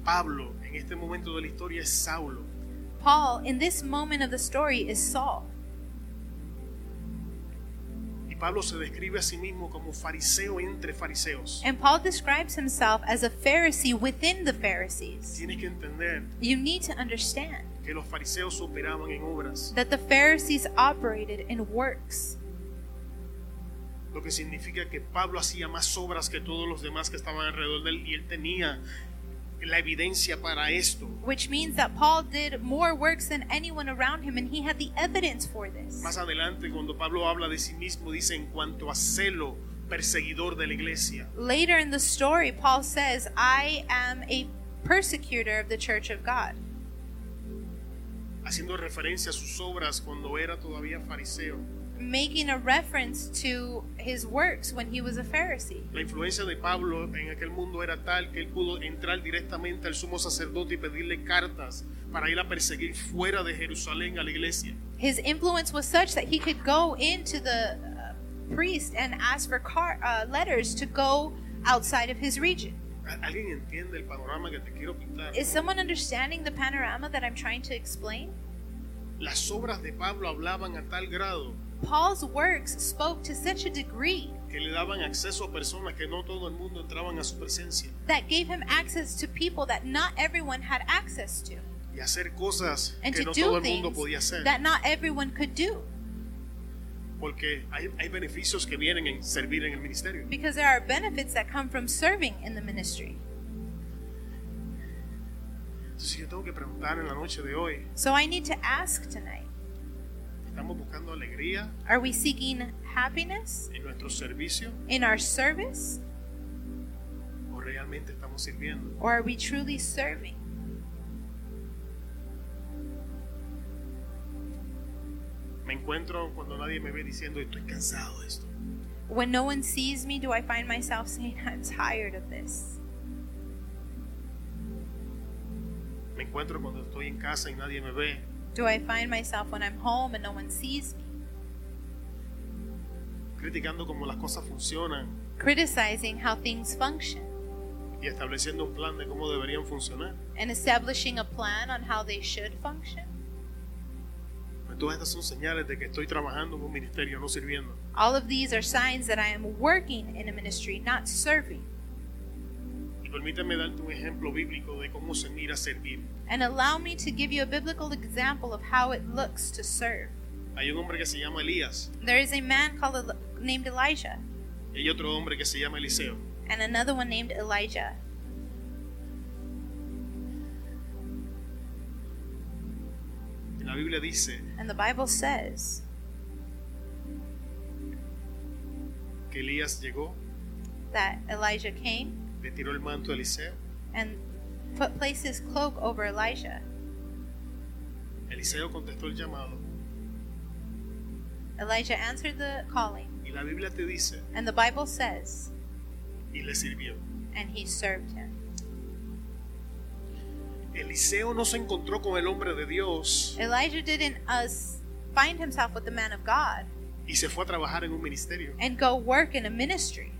Speaker 3: Pablo, en este momento de la historia, es Saulo.
Speaker 1: Paul, in this moment of the story, is Saul.
Speaker 3: Y Pablo se describe a sí mismo como fariseo entre fariseos.
Speaker 1: And Paul describes himself as a Pharisee within the Pharisees.
Speaker 3: Tienes que entender
Speaker 1: You need to understand
Speaker 3: que los fariseos operaban en obras,
Speaker 1: that the Pharisees operated in works,
Speaker 3: lo que significa que Pablo hacía más obras que todos los demás que estaban alrededor de él y él tenía la evidencia para esto.
Speaker 1: which means that Paul did more works than anyone around him, and he had the evidence for
Speaker 3: Más
Speaker 1: this.
Speaker 3: adelante, cuando Pablo habla de sí mismo, dice en cuanto a celo, perseguidor de la iglesia.
Speaker 1: Later in the story, Paul says, I am a persecutor of the church of God.
Speaker 3: haciendo referencia a sus obras cuando era todavía fariseo.
Speaker 1: making a reference to his works when he was a Pharisee.
Speaker 3: La influencia de Pablo en aquel mundo era tal que él pudo entrar directamente al sumo sacerdote y pedirle cartas para ir a perseguir fuera de Jerusalén a la iglesia.
Speaker 1: His influence was such that he could go into the uh, priest and ask for car- uh, letters to go outside of his region.
Speaker 3: ¿Al- ¿Alguien entiende el panorama que te quiero pintar?
Speaker 1: Is someone understanding the panorama that I'm trying to explain?
Speaker 3: Las obras de Pablo hablaban a tal grado
Speaker 1: Paul's works spoke to such a degree
Speaker 3: que le daban acceso a personas que no todo el mundo entraban a su presencia
Speaker 1: that gave him access to people that not everyone had access to,
Speaker 3: y hacer cosas
Speaker 1: and
Speaker 3: que
Speaker 1: to
Speaker 3: no todo
Speaker 1: do
Speaker 3: el mundo podía
Speaker 1: things
Speaker 3: hacer.
Speaker 1: that not everyone could do,
Speaker 3: Porque hay, hay beneficios que vienen en servir en el ministerio.
Speaker 1: because there are benefits that come from serving in the ministry.
Speaker 3: Entonces yo tengo que preguntar en la noche de hoy,
Speaker 1: So I need to ask tonight.
Speaker 3: ¿estamos buscando alegría
Speaker 1: Are we seeking happiness
Speaker 3: en nuestro servicio
Speaker 1: in our service
Speaker 3: o realmente estamos sirviendo?
Speaker 1: or are we truly serving?
Speaker 3: Me encuentro cuando nadie me ve diciendo, estoy cansado de esto.
Speaker 1: When no one sees me, do I find myself saying, I'm tired of this?
Speaker 3: Me encuentro cuando estoy en casa y nadie me ve.
Speaker 1: Do I find myself when I'm home and no one sees me?
Speaker 3: criticando cómo las cosas funcionan
Speaker 1: Criticizing how things function
Speaker 3: y estableciendo un plan de cómo deberían funcionar.
Speaker 1: and establishing a plan on how they should function?
Speaker 3: Pues todas estas son señales de que estoy trabajando en un ministerio, no sirviendo.
Speaker 1: All of these are signs that I am working in a ministry, not serving.
Speaker 3: Y permíteme darte un ejemplo bíblico de cómo se mira servir.
Speaker 1: And allow me to give you a biblical example of how it looks to serve.
Speaker 3: Hay un hombre que se llama Elías
Speaker 1: There is a man called Eli- named Elijah.
Speaker 3: y hay otro hombre que se llama Eliseo.
Speaker 1: and another one named Elijah.
Speaker 3: Y la Biblia dice
Speaker 1: And the Bible says
Speaker 3: que Elías llegó,
Speaker 1: that Elijah came
Speaker 3: le tiró el manto a Eliseo.
Speaker 1: and put placed his cloak over Elijah.
Speaker 3: Eliseo contestó el llamado
Speaker 1: Elijah answered the calling,
Speaker 3: y la Biblia te dice
Speaker 1: and the Bible says,
Speaker 3: y le sirvió.
Speaker 1: and he served him.
Speaker 3: Eliseo no se encontró con el hombre de Dios
Speaker 1: Elijah didn't uh, find himself with the man of God
Speaker 3: y se fue a trabajar en un ministerio.
Speaker 1: and go work in a ministry.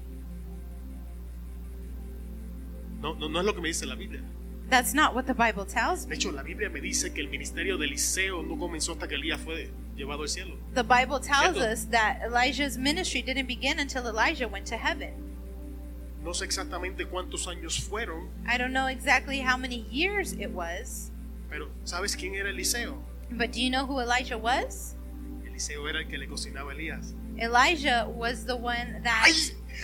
Speaker 3: No, no, no es lo que me dice la Biblia.
Speaker 1: That's not what the Bible tells
Speaker 3: De
Speaker 1: me.
Speaker 3: hecho, la Biblia me dice que el ministerio de Eliseo no comenzó hasta que Elías fue llevado al cielo.
Speaker 1: The Bible tells
Speaker 2: Cierto.
Speaker 1: us that Elijah's ministry didn't begin until Elijah went to heaven.
Speaker 3: No sé exactamente cuántos años fueron,
Speaker 1: I don't know exactly how many years it was,
Speaker 3: pero ¿sabes quién era Eliseo?
Speaker 1: but do you know who Elijah was?
Speaker 3: Eliseo era el que le cocinaba a Elías.
Speaker 1: Elijah was the one that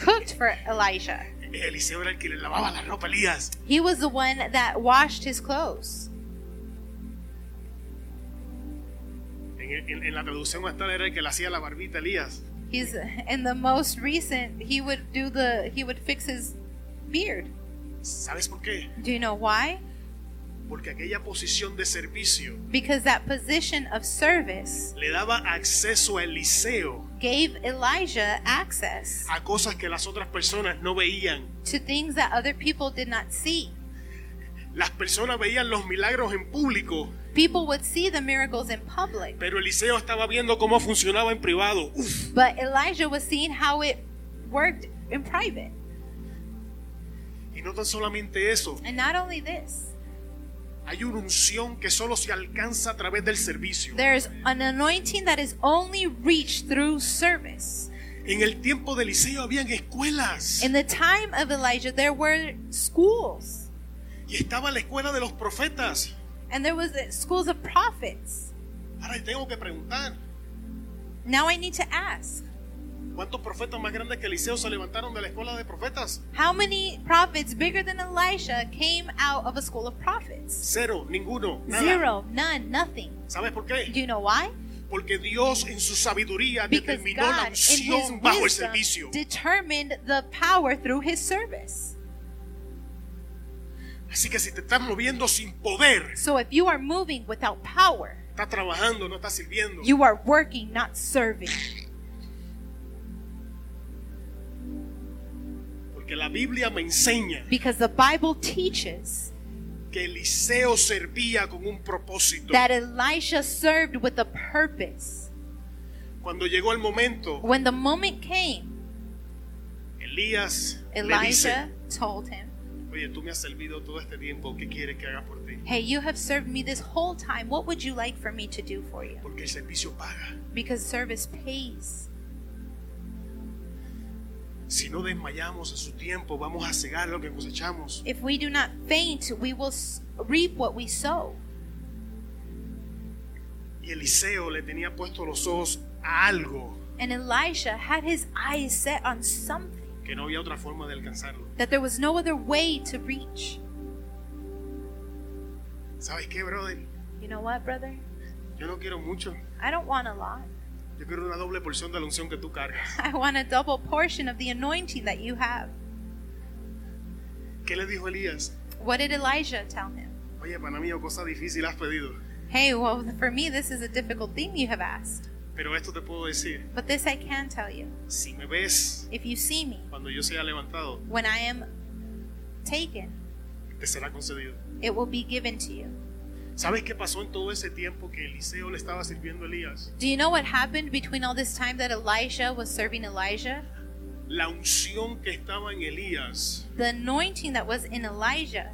Speaker 1: cooked for Elijah.
Speaker 3: Eliseo era el que le lavaba la ropa a Elías.
Speaker 1: He was the one that washed his clothes.
Speaker 3: En, en- en la traducción hasta era el que le hacía la barbita a Elías.
Speaker 1: He's in the most recent he would do the he would fix his beard.
Speaker 3: ¿Sabes por qué?
Speaker 1: Do you know why?
Speaker 3: Porque aquella posición de servicio
Speaker 1: Because that position of service
Speaker 3: le daba acceso a Eliseo
Speaker 1: gave Elijah access
Speaker 3: a cosas que las otras personas no veían.
Speaker 1: to things that other people did not see.
Speaker 3: Las personas veían los milagros en público,
Speaker 1: People would see the miracles in public,
Speaker 3: pero Eliseo estaba viendo cómo funcionaba en privado. Uf.
Speaker 1: but Elijah was seeing how it worked in private.
Speaker 3: Y no tan solamente eso,
Speaker 1: And not only this,
Speaker 3: hay una unción que solo se alcanza a través del servicio.
Speaker 1: there's an anointing that is only reached through service.
Speaker 3: En el tiempo de Eliseo habían escuelas
Speaker 1: In the time of Elijah, there were schools,
Speaker 3: y estaba la escuela de los profetas.
Speaker 1: and there was the schools of prophets.
Speaker 3: Ahora yo tengo que preguntar,
Speaker 1: Now I need to ask,
Speaker 3: ¿cuántos profetas más grandes que Eliseo se levantaron de la escuela de profetas?
Speaker 1: how many prophets bigger than Elisha came out of a school of prophets?
Speaker 3: Cero, ninguno, nada.
Speaker 1: Zero, none, nothing.
Speaker 3: ¿Sabes por qué?
Speaker 1: Do you know why?
Speaker 3: Porque Dios en su sabiduría
Speaker 1: Because
Speaker 3: determinó la
Speaker 1: God, in His
Speaker 3: unción bajo el
Speaker 1: wisdom,
Speaker 3: servicio.
Speaker 1: determined the power through His service.
Speaker 3: Así que si te estás moviendo sin poder,
Speaker 1: So if you are moving without power,
Speaker 3: estás trabajando, no estás sirviendo.
Speaker 1: you are working, not serving.
Speaker 3: Porque la Biblia me enseña
Speaker 1: Because the Bible teaches
Speaker 3: que Eliseo servía con un propósito.
Speaker 1: that Elisha served with a purpose.
Speaker 3: Cuando llegó el momento,
Speaker 1: When the moment came,
Speaker 3: Elías le
Speaker 1: Elijah
Speaker 3: dice,
Speaker 1: told him,
Speaker 3: oye, tú me has servido todo este tiempo, ¿qué quieres que haga por ti?
Speaker 1: Hey, you have served me this whole time. What would you like for me to do for you?
Speaker 3: Porque el servicio paga.
Speaker 1: Because service pays.
Speaker 3: Si no desmayamos en su tiempo, vamos a cegar lo que cosechamos.
Speaker 1: If we do not faint, we will s- reap what we sow.
Speaker 3: Y Eliseo le tenía puesto los ojos a algo
Speaker 1: And Elisha had his eyes set on something
Speaker 3: que no había otra forma de alcanzarlo.
Speaker 1: that there was no other way to reach.
Speaker 3: ¿Sabes qué, brother?
Speaker 1: You know what, brother?
Speaker 3: Yo no quiero mucho.
Speaker 1: I don't want a lot.
Speaker 3: Yo quiero una doble porción de la unción que tú cargas.
Speaker 1: I want a double portion of the anointing that you have.
Speaker 3: ¿Qué le dijo Elías?
Speaker 1: What did Elijah tell him?
Speaker 3: Oye, para mí, cosa difícil has pedido.
Speaker 1: Hey, well, for me, this is a difficult thing you have asked.
Speaker 3: Pero esto te puedo decir.
Speaker 1: But this I can tell you.
Speaker 3: Si me ves
Speaker 1: If you see me
Speaker 3: cuando yo sea levantado,
Speaker 1: when I am taken,
Speaker 3: te será concedido.
Speaker 1: it will be given to you.
Speaker 3: ¿Sabes qué pasó en todo ese tiempo que Eliseo le estaba sirviendo a Elías?
Speaker 1: Do you know what happened between all this time that Elijah was serving Elijah?
Speaker 3: La unción que estaba en Elías
Speaker 1: The anointing that was in Elijah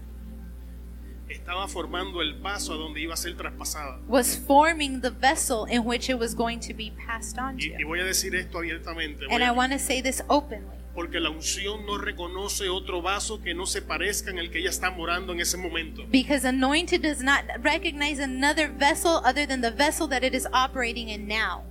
Speaker 3: estaba formando el paso a donde iba a ser traspasada.
Speaker 1: was forming the vessel in which it was going to be passed on
Speaker 3: Y, y
Speaker 1: to.
Speaker 3: voy a decir esto abiertamente, voy
Speaker 1: And
Speaker 3: a-
Speaker 1: I want to say this openly
Speaker 3: porque la unción no reconoce otro vaso que no se parezca en el que ella está morando en ese momento.
Speaker 1: because anointed does not recognize another vessel other than the vessel that it is operating in now.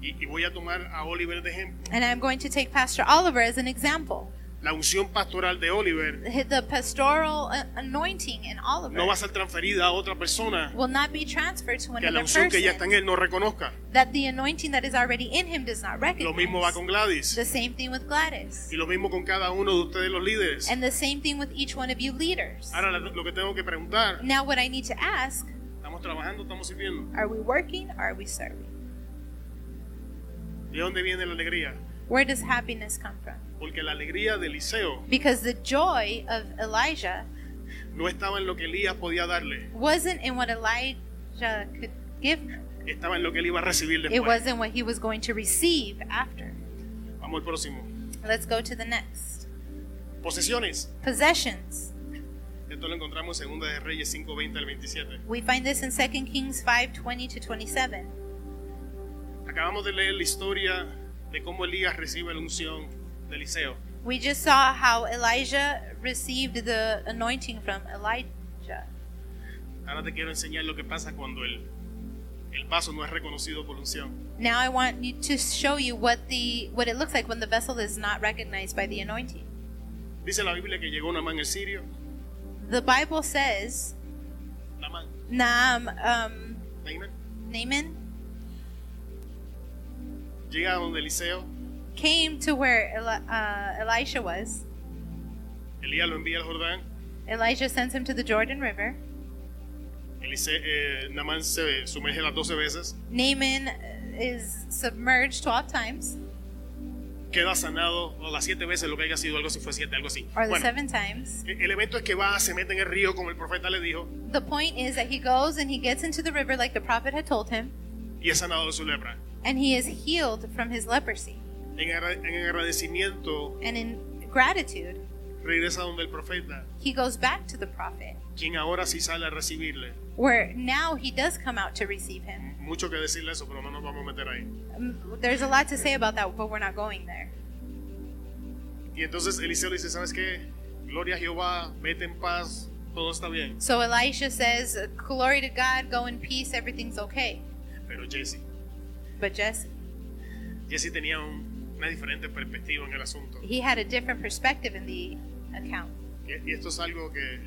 Speaker 3: Y, y voy a tomar a Oliver de ejemplo.
Speaker 1: And I'm going to take Pastor Oliver as an example.
Speaker 3: La unción pastoral de Oliver
Speaker 1: The pastoral uh, anointing in Oliver
Speaker 3: no va a ser transferida a otra persona
Speaker 1: will not be transferred to
Speaker 3: que la
Speaker 1: another
Speaker 3: unción que ya está en
Speaker 1: person
Speaker 3: él no reconozca.
Speaker 1: that the anointing that is already in him does not
Speaker 3: Lo mismo va
Speaker 1: recognize.
Speaker 3: con Gladys
Speaker 1: The same thing with Gladys.
Speaker 3: y lo mismo con cada uno de ustedes los líderes.
Speaker 1: And the same thing with each one of you leaders.
Speaker 3: Ahora lo lo que tengo que preguntar,
Speaker 1: Now, what I need to ask
Speaker 3: ¿estamos trabajando, estamos sirviendo?
Speaker 1: are we working? Are we serving?
Speaker 3: ¿De dónde viene la alegría?
Speaker 1: Where does happiness come from?
Speaker 3: Porque la alegría de Eliseo
Speaker 1: Because the joy of Elijah
Speaker 3: no estaba en lo que Elías podía darle,
Speaker 1: wasn't in what Elijah could give him.
Speaker 3: estaba en lo que él iba a recibir
Speaker 1: It
Speaker 3: después.
Speaker 1: wasn't what he was going to receive after.
Speaker 3: Vamos al próximo.
Speaker 1: Let's go to the next.
Speaker 3: Posesiones.
Speaker 1: Possessions.
Speaker 3: Esto lo encontramos en 2 de Reyes 5:20 al 27.
Speaker 1: We find this in 2 Kings 5:20 to 27.
Speaker 3: Acabamos de leer la historia de cómo Elías recibe la unción de Eliseo.
Speaker 1: We just saw how Elijah received the anointing from Elijah.
Speaker 3: Ahora te quiero enseñar lo que pasa cuando el, el vaso no es reconocido por la unción.
Speaker 1: Now I want you to show you what the what it looks like when the vessel is not recognized by the anointing.
Speaker 3: Dice la Biblia que llegó Namán el sirio.
Speaker 1: The Bible says,
Speaker 3: Namán.
Speaker 1: Naam, um,
Speaker 3: Naaman.
Speaker 1: Naaman
Speaker 3: Llega donde Eliseo.
Speaker 1: came to where Eli- uh, Elisha was.
Speaker 3: Elías lo envía al Jordán.
Speaker 1: Elijah sends him to the Jordan River.
Speaker 3: Elise- eh, Namán se sumerge las 12 veces.
Speaker 1: Naaman is submerged 12 times,
Speaker 3: Queda sanado o las 7 veces, lo que haya sido, algo si fue 7, algo así.
Speaker 1: or the
Speaker 3: Bueno,
Speaker 1: seven times.
Speaker 3: e- el evento es que va, se mete en el río como el profeta le dijo
Speaker 1: The point is that he goes and he gets into the river like the prophet had told him,
Speaker 3: y es sanado de su lepra.
Speaker 1: and he is healed from his leprosy.
Speaker 3: En, agra- en agradecimiento
Speaker 1: And in gratitude,
Speaker 3: regresa donde el profeta,
Speaker 1: he goes back to the prophet,
Speaker 3: quien ahora sí sale a recibirle.
Speaker 1: where now he does come out to receive him.
Speaker 3: Mucho que decirle eso, pero no nos vamos a meter ahí.
Speaker 1: Um, There's a lot to say about that, but we're not going there.
Speaker 3: Y entonces Eliseo le dice, ¿sabes qué? Gloria a Jehová, vete en paz, todo está bien.
Speaker 1: So Elisha says, Glory to God, go in peace, everything's okay.
Speaker 3: Pero Jesse,
Speaker 1: But Jesse,
Speaker 3: Jesse tenía un- una diferente perspectiva en el asunto.
Speaker 1: he had a different perspective in the account.
Speaker 3: Y y esto es algo que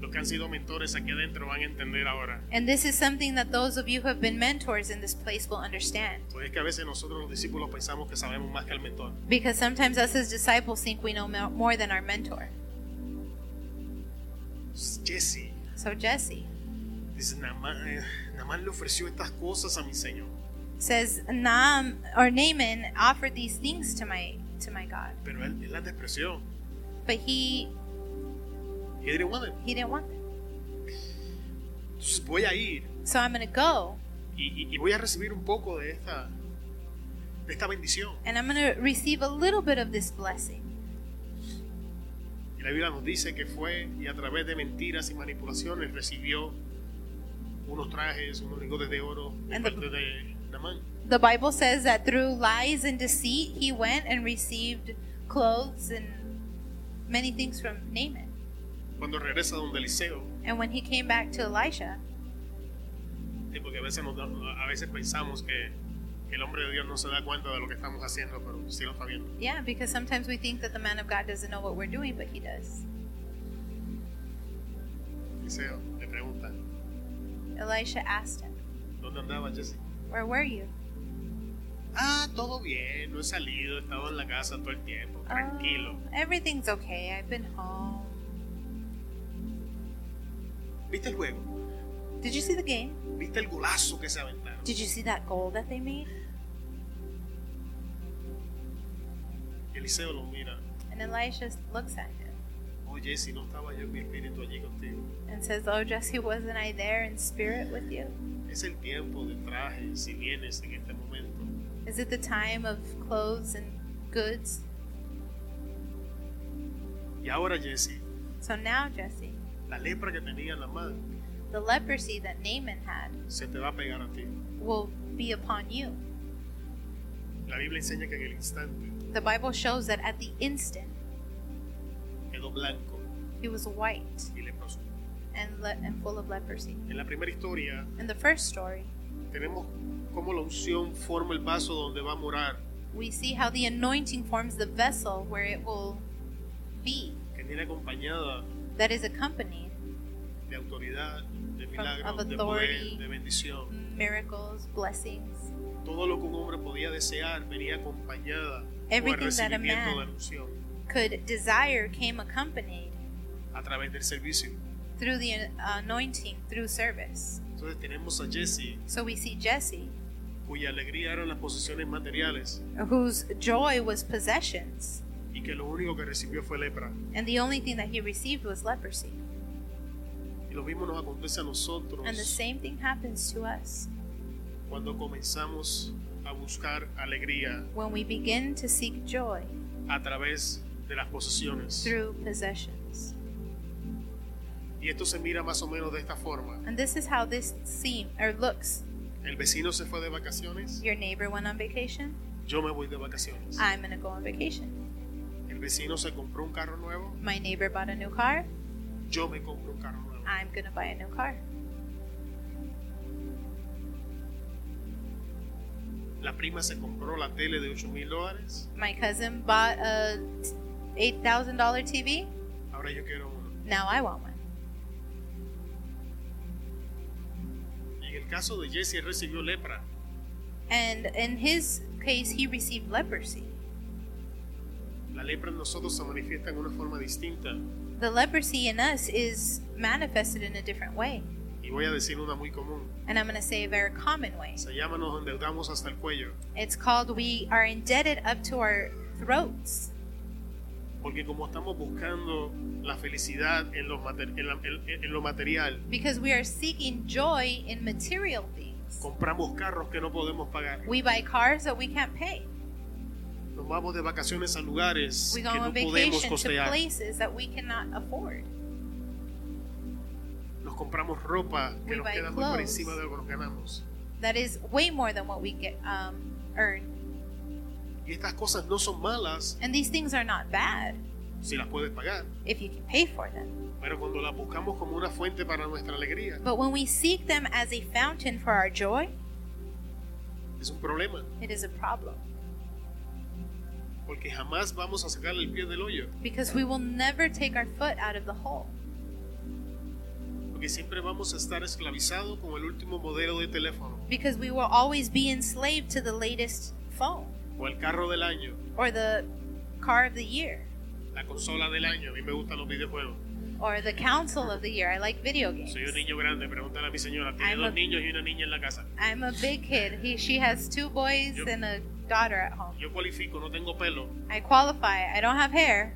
Speaker 3: los que han sido mentores aquí adentro van a entender ahora.
Speaker 1: And this is something that those of you who have been mentors in this place will understand.
Speaker 3: Pues es que a veces nosotros los discípulos pensamos que sabemos más que el mentor.
Speaker 1: Because sometimes us as disciples think we know mo- more than our mentor.
Speaker 3: Jesse
Speaker 1: So Jesse
Speaker 3: dice, Namán eh, Namán le ofreció estas cosas a mi Señor,
Speaker 1: says, Naam or Naaman offered these things to my to my God,
Speaker 3: pero él, él las despreció.
Speaker 1: but he
Speaker 3: Y él dice, bueno,
Speaker 1: he didn't want them.
Speaker 3: entonces voy a ir
Speaker 1: So I'm gonna go
Speaker 3: y, y- y voy a recibir un poco de esta, de esta bendición.
Speaker 1: and I'm gonna receive a little bit of this blessing.
Speaker 3: Y la Biblia nos dice que fue y a través de mentiras y manipulaciones recibió unos trajes, unos lingotes de oro de
Speaker 1: And the-
Speaker 3: parte de Namán.
Speaker 1: The Bible says that through lies and deceit he went and received clothes and many things from Naaman.
Speaker 3: Cuando regresa donde Eliseo,
Speaker 1: And when he came back to Elisha,
Speaker 3: sí, porque a veces, nos da- a veces pensamos que el hombre de Dios no se da cuenta de lo que estamos haciendo, pero sí lo está viendo.
Speaker 1: Yeah, because sometimes we think that the man of God doesn't know what we're doing, but he does.
Speaker 3: Eliseo le pregunta,
Speaker 1: Elisha asked him,
Speaker 3: ¿dónde andaba Jesse?
Speaker 1: Where were you?
Speaker 3: Ah, todo bien, no he salido, he estado en la casa todo el tiempo, tranquilo.
Speaker 1: "Oh, everything's okay. I've been home.
Speaker 3: ¿Viste el juego?
Speaker 1: Did you see the game?
Speaker 3: ¿Viste el golazo que se aventaron?
Speaker 1: Did you see that goal that they made?
Speaker 3: Eliseo lo mira.
Speaker 1: And Elisha looks at him
Speaker 3: Oh, Jesse, no estaba yo en mi espíritu allí contigo.
Speaker 1: and says, Oh, Jesse, wasn't I there in spirit with you?
Speaker 3: Es el tiempo de traje, si vienes en este momento.
Speaker 1: Is it the time of clothes and goods?
Speaker 3: Y ahora, Jesse,
Speaker 1: So now, Jesse,
Speaker 3: la lepra que tenía la madre
Speaker 1: the leprosy that Naaman had
Speaker 3: se te va a pegar a ti.
Speaker 1: will be upon you.
Speaker 3: La Biblia enseña que en el instante
Speaker 1: The Bible shows that at the instant,
Speaker 3: quedó blanco
Speaker 1: he was white.
Speaker 3: y leproso.
Speaker 1: and, le- and full of leprosy.
Speaker 3: En la primera historia
Speaker 1: In the first story,
Speaker 3: tenemos cómo la unción forma el vaso donde va a morar,
Speaker 1: we see how the anointing forms the vessel where it will be,
Speaker 3: que viene acompañada
Speaker 1: that is accompanied
Speaker 3: de autoridad, de milagros,
Speaker 1: of
Speaker 3: de poder,
Speaker 1: authority.
Speaker 3: de bendición.
Speaker 1: miracles, blessings.
Speaker 3: Todo lo que un hombre podía desear venía acompañada por el
Speaker 1: Everything that a man-
Speaker 3: recibimiento de la unción
Speaker 1: Could desire came accompanied
Speaker 3: a través del servicio.
Speaker 1: through the uh, anointing through service.
Speaker 3: Entonces tenemos a Jesse
Speaker 1: So we see Jesse,
Speaker 3: cuya alegría eran las posesiones materiales,
Speaker 1: whose joy was possessions,
Speaker 3: y que lo único que recibió fue lepra.
Speaker 1: And the only thing that he received was leprosy.
Speaker 3: Y lo mismo nos acontece a nosotros
Speaker 1: And the same thing happens to us
Speaker 3: cuando comenzamos a buscar alegría
Speaker 1: when we begin to seek joy
Speaker 3: a través de las posesiones.
Speaker 1: through possessions.
Speaker 3: Y esto se mira más o menos de esta forma.
Speaker 1: And this is how this seems or looks.
Speaker 3: El vecino se fue de vacaciones,
Speaker 1: Your neighbor went on vacation.
Speaker 3: yo me voy de vacaciones.
Speaker 1: I'm going to go on vacation.
Speaker 3: El vecino se compró un carro nuevo,
Speaker 1: My neighbor bought a new car.
Speaker 3: yo me compro un carro nuevo.
Speaker 1: I'm going to buy a new car.
Speaker 3: La prima se compró la tele de 8 mil dólares,
Speaker 1: My cousin bought a $8,000 TV.
Speaker 3: ahora yo quiero uno.
Speaker 1: Now I want one.
Speaker 3: En el caso de Jesse él recibió lepra.
Speaker 1: And in his case, he received leprosy.
Speaker 3: La lepra en nosotros se manifiesta en una forma distinta
Speaker 1: The leprosy in us is manifested in a different way.
Speaker 3: y voy a decir una muy común.
Speaker 1: And I'm going to say a very common way.
Speaker 3: Se llama nos endeudamos hasta el cuello,
Speaker 1: It's called we are indebted up to our throats
Speaker 3: porque como estamos buscando la felicidad en lo, mater- en la- en- en lo material,
Speaker 1: because we are seeking joy in material things.
Speaker 3: compramos carros que no podemos pagar,
Speaker 1: We buy cars that we can't pay.
Speaker 3: nos vamos de vacaciones a lugares
Speaker 1: We
Speaker 3: que
Speaker 1: go on
Speaker 3: no podemos
Speaker 1: vacation to
Speaker 3: costear,
Speaker 1: places that we cannot afford.
Speaker 3: nos compramos ropa que
Speaker 1: We
Speaker 3: nos
Speaker 1: buy
Speaker 3: queda muy por
Speaker 1: clothes.
Speaker 3: encima de lo que nos ganamos.
Speaker 1: That is way more than what we get um, earn.
Speaker 3: Y estas cosas no son malas
Speaker 1: And these things are not bad
Speaker 3: si las puedes pagar,
Speaker 1: if you can pay for them.
Speaker 3: pero cuando las buscamos como una fuente para nuestra alegría,
Speaker 1: But when we seek them as a fountain for our joy,
Speaker 3: es un problema,
Speaker 1: it is a problem
Speaker 3: porque jamás vamos a sacar el pie del hoyo,
Speaker 1: because we will never take our foot out of the hole
Speaker 3: porque siempre vamos a estar esclavizados con el último modelo de teléfono
Speaker 1: because we will always be enslaved to the latest phone.
Speaker 3: o el carro del año.
Speaker 1: or the car of the year
Speaker 3: la consola del año. A mí me gustan los videojuegos.
Speaker 1: or the council of the year. I like video games.
Speaker 3: Soy un niño grande, pregúntale a mi señora. Tiene
Speaker 1: I'm
Speaker 3: dos
Speaker 1: a-
Speaker 3: niños y una niña en la casa.
Speaker 1: I'm a big kid. He, she has two boys
Speaker 3: Yo-
Speaker 1: and a daughter at home.
Speaker 3: Yo cualifico, no tengo pelo.
Speaker 1: I qualify. I don't have hair.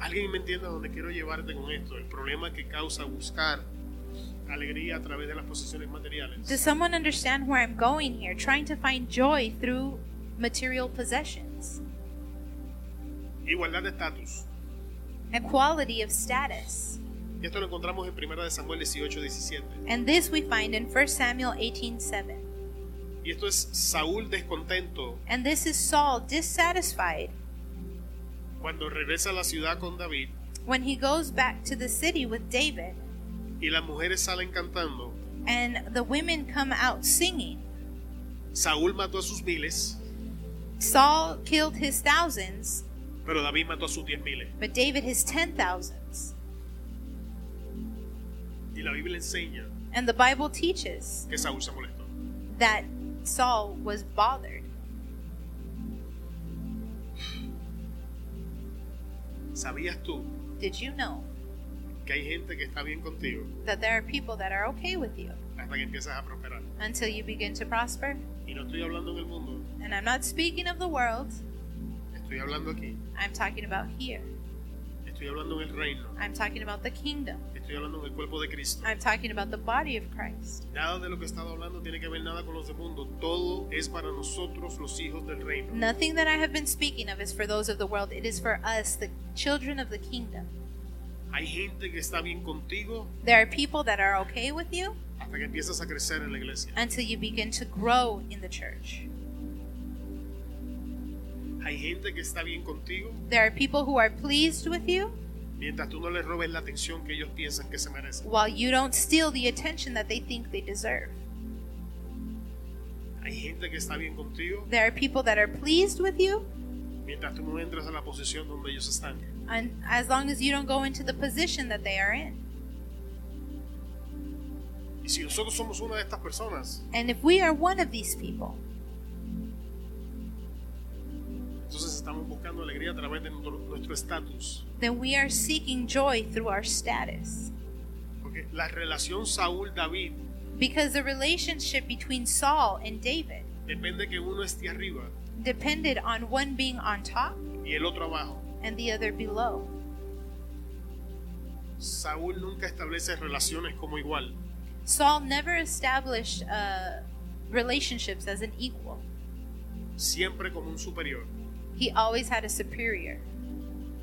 Speaker 3: Alguien me entienda dónde quiero llevarte con esto. El problema que causa buscar alegría a través de las posesiones materiales.
Speaker 1: Does someone understand where I'm going here? Trying to find joy through material possessions,
Speaker 3: Igualdad de estatus.
Speaker 1: equality of status.
Speaker 3: Y Esto lo encontramos en 1 de Samuel 18, 17.
Speaker 1: And this we find in 1 Samuel 18:7.
Speaker 3: Y esto es Saúl descontento
Speaker 1: And this is Saul dissatisfied
Speaker 3: cuando regresa a la ciudad con David
Speaker 1: when he goes back to the city with David,
Speaker 3: y las mujeres salen cantando.
Speaker 1: and the women come out singing.
Speaker 3: Saúl mató a sus miles,
Speaker 1: Saul killed his thousands,
Speaker 3: pero David mató a sus diez miles.
Speaker 1: but David his ten thousands.
Speaker 3: Y la Biblia enseña
Speaker 1: And the Bible teaches
Speaker 3: que Saúl se molestó.
Speaker 1: that Saul was bothered.
Speaker 3: ¿Sabías tú
Speaker 1: Did you know
Speaker 3: que hay gente que está bien contigo
Speaker 1: that there are people that are okay with you
Speaker 3: hasta que empiezas a prosperar?
Speaker 1: until you begin to prosper?
Speaker 3: Y no estoy hablando en el mundo,
Speaker 1: And I'm not speaking of the world,
Speaker 3: estoy hablando aquí,
Speaker 1: I'm talking about here.
Speaker 3: estoy hablando en el reino,
Speaker 1: I'm talking about the kingdom.
Speaker 3: estoy hablando en el cuerpo de Cristo.
Speaker 1: I'm talking about the body of Christ.
Speaker 3: Nada de lo que he estado hablando tiene que ver nada con los del mundo. Todo es para nosotros los hijos del reino.
Speaker 1: Nothing that I have been speaking of is for those of the world, it is for us, the children of the kingdom.
Speaker 3: Hay gente que está bien contigo
Speaker 1: There are people that are okay with you
Speaker 3: hasta que empiezas a crecer en la iglesia.
Speaker 1: until you begin to grow in the church.
Speaker 3: Hay gente que está bien contigo
Speaker 1: There are people who are pleased with you
Speaker 3: mientras tú no les robes la atención que ellos piensan que se merecen.
Speaker 1: while you don't steal the attention that they think they deserve.
Speaker 3: Hay gente que está bien contigo
Speaker 1: There are people that are pleased with you
Speaker 3: mientras tú no entras a la posición donde ellos están.
Speaker 1: and as long as you don't go into the position that they are in.
Speaker 3: Y si nosotros somos una de estas personas,
Speaker 1: And if we are one of these people,
Speaker 3: entonces estamos buscando alegría a través de nuestro nuestro estatus.
Speaker 1: then we are seeking joy through our status.
Speaker 3: Porque la relación Saúl-David
Speaker 1: Because the relationship between Saul and David
Speaker 3: depende que uno esté arriba
Speaker 1: depended on one being on top
Speaker 3: y el otro abajo.
Speaker 1: and the other below.
Speaker 3: Saúl nunca establece relaciones como igual.
Speaker 1: Saul never established uh, relationships as an equal,
Speaker 3: siempre como un superior.
Speaker 1: he always had a superior.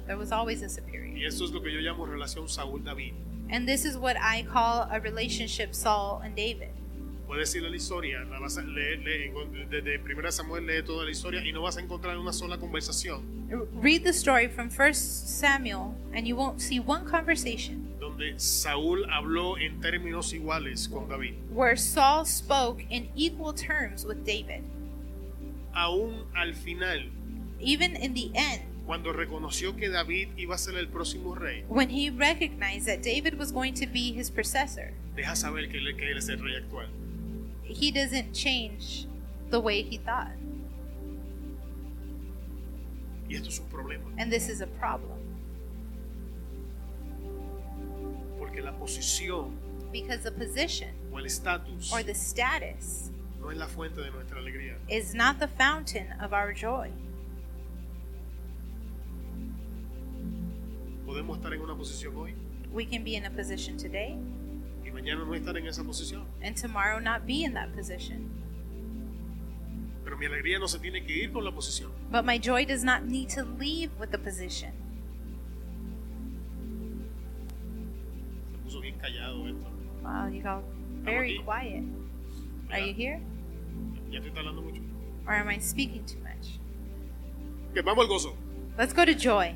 Speaker 1: There was always a superior.
Speaker 3: Y eso es lo que yo llamo relación Saúl-David.
Speaker 1: And this is what I call a relationship Saul and David.
Speaker 3: Puedes ir a la historia, la vas a leer, lee, encon- desde 1 Samuel lee toda la historia y no vas a encontrar una sola conversación
Speaker 1: R- Read the story from 1 Samuel, and you won't see one conversation
Speaker 3: donde Saúl habló en términos iguales con David.
Speaker 1: where Saul spoke in equal terms with David.
Speaker 3: Aún al final,
Speaker 1: Even in the end,
Speaker 3: cuando reconoció que David iba a ser el próximo rey,
Speaker 1: when he recognized that David was going to be his successor,
Speaker 3: deja saber que él, que él es el rey actual.
Speaker 1: he doesn't change the way he thought.
Speaker 3: Y esto es un problema,
Speaker 1: And this is a problem
Speaker 3: porque la posición
Speaker 1: because the position
Speaker 3: o el estatus
Speaker 1: or the status
Speaker 3: no es la fuente de nuestra alegría.
Speaker 1: is not the fountain of our joy.
Speaker 3: Podemos estar en una posición hoy
Speaker 1: We can be in a position today
Speaker 3: y mañana no estar en esa posición.
Speaker 1: and tomorrow not be in that position.
Speaker 3: Pero mi alegría no se tiene que ir con la posición.
Speaker 1: But my joy does not need to leave with the position.
Speaker 3: Se puso bien callado esto.
Speaker 1: Wow, you got very
Speaker 3: aquí.
Speaker 1: quiet. Are you here?
Speaker 3: Ya te está hablando mucho.
Speaker 1: Or am I speaking too much?
Speaker 3: Que vamos al gozo.
Speaker 1: Let's go to joy.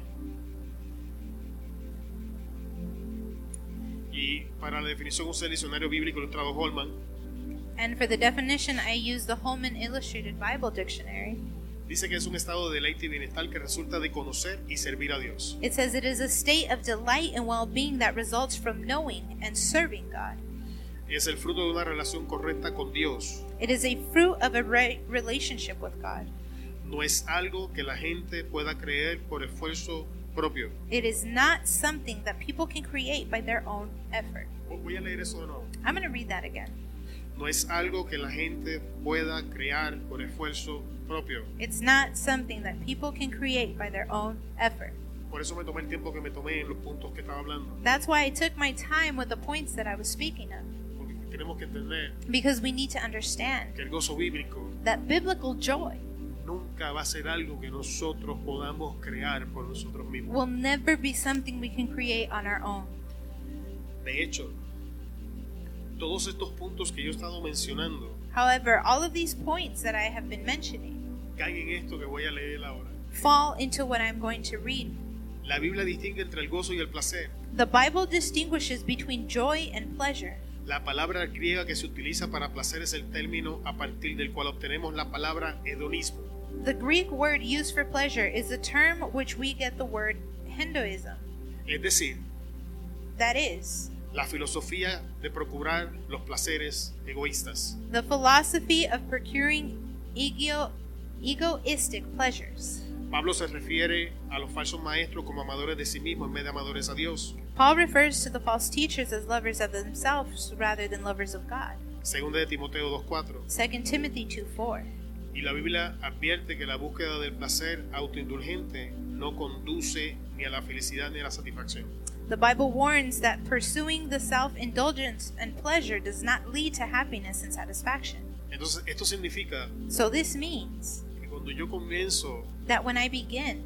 Speaker 3: Y para la definición usé el diccionario bíblico ilustrado Holman.
Speaker 1: And for the definition, I use the Holman Illustrated Bible Dictionary.
Speaker 3: Dice que es un estado de deleite y bienestar que resulta de conocer y servir a Dios.
Speaker 1: It says it is a state of delight and well being that results from knowing and serving God.
Speaker 3: Es el fruto de una relación correcta con Dios.
Speaker 1: It is a fruit of a right relationship with God.
Speaker 3: No es algo que la gente pueda creer por esfuerzo propio.
Speaker 1: It is not something that people can create by their own effort.
Speaker 3: Vo- Voy a leer eso de nuevo.
Speaker 1: I'm going to read that again.
Speaker 3: No es algo que la gente pueda crear por esfuerzo propio.
Speaker 1: It's not something that people can create by their own effort.
Speaker 3: Por eso me tomé el tiempo que me tomé en los puntos que estaba hablando.
Speaker 1: That's why I took my time with the points that I was speaking of,
Speaker 3: Porque tenemos que entender
Speaker 1: because we need to understand
Speaker 3: que el gozo bíblico
Speaker 1: that biblical joy
Speaker 3: nunca va a ser algo que nosotros podamos crear por nosotros mismos.
Speaker 1: will never be something we can create on our own.
Speaker 3: De hecho, todos estos puntos que yo he estado mencionando
Speaker 1: However, all of these points that I have been mentioning
Speaker 3: caen en esto que voy a leer ahora.
Speaker 1: fall into what I'm going to read.
Speaker 3: La Biblia distingue entre el gozo y el placer.
Speaker 1: The Bible distinguishes between joy and pleasure.
Speaker 3: La palabra griega que se utiliza para placer es el término a partir del cual obtenemos la palabra hedonismo.
Speaker 1: The Greek word used for pleasure is the term which we get the word Hinduism.
Speaker 3: Es decir,
Speaker 1: That is,
Speaker 3: la filosofía de procurar los placeres egoístas.
Speaker 1: the philosophy of procuring ego, egoistic pleasures.
Speaker 3: Pablo se refiere a los falsos maestros como amadores de sí mismos en vez de amadores a Dios.
Speaker 1: Paul refers to the false teachers as lovers of themselves rather than lovers of God.
Speaker 3: Segunda de Timoteo 2.4.
Speaker 1: 2 Timothy 2 4.
Speaker 3: Y la Biblia advierte que la búsqueda del placer autoindulgente no conduce ni a la felicidad ni a la satisfacción.
Speaker 1: The Bible warns that pursuing the self indulgence and pleasure does not lead to happiness and satisfaction.
Speaker 3: Entonces, esto significa
Speaker 1: So, this means
Speaker 3: que cuando yo comienzo
Speaker 1: that when I begin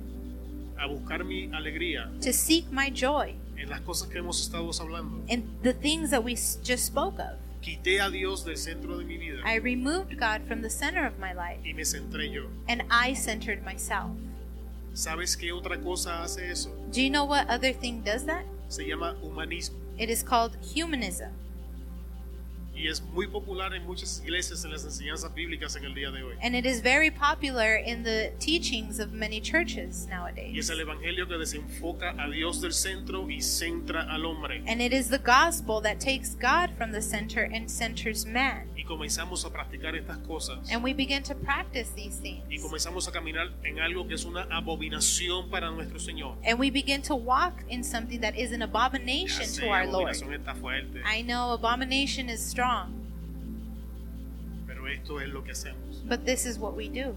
Speaker 3: a buscar mi alegría
Speaker 1: to seek my joy
Speaker 3: en las cosas que hemos estado hablando,
Speaker 1: in the things that we s- just spoke of,
Speaker 3: quité a Dios del centro de mi vida
Speaker 1: I removed God from the center of my life
Speaker 3: y me centré yo.
Speaker 1: and I centered myself.
Speaker 3: ¿Sabes qué otra cosa hace eso?
Speaker 1: Do you know what other thing does that?
Speaker 3: Se llama humanismo
Speaker 1: It is called humanism.
Speaker 3: y es muy popular en muchas iglesias en las enseñanzas bíblicas en el día de hoy.
Speaker 1: And it is very popular in the teachings of many churches
Speaker 3: Y es
Speaker 1: nowadays.
Speaker 3: el evangelio que desenfoca a Dios del centro y centra al hombre.
Speaker 1: And it is the gospel that takes God from the center and centers man.
Speaker 3: y comenzamos a practicar estas cosas
Speaker 1: And we begin to practice these
Speaker 3: y
Speaker 1: things.
Speaker 3: comenzamos a caminar en algo que es una abominación para nuestro Señor.
Speaker 1: And we begin to walk in something that is an abomination
Speaker 3: Ya sé,
Speaker 1: to our Lord.
Speaker 3: abominación está fuerte,
Speaker 1: I know abomination is strong,
Speaker 3: pero esto es lo que hacemos.
Speaker 1: but this is what we do.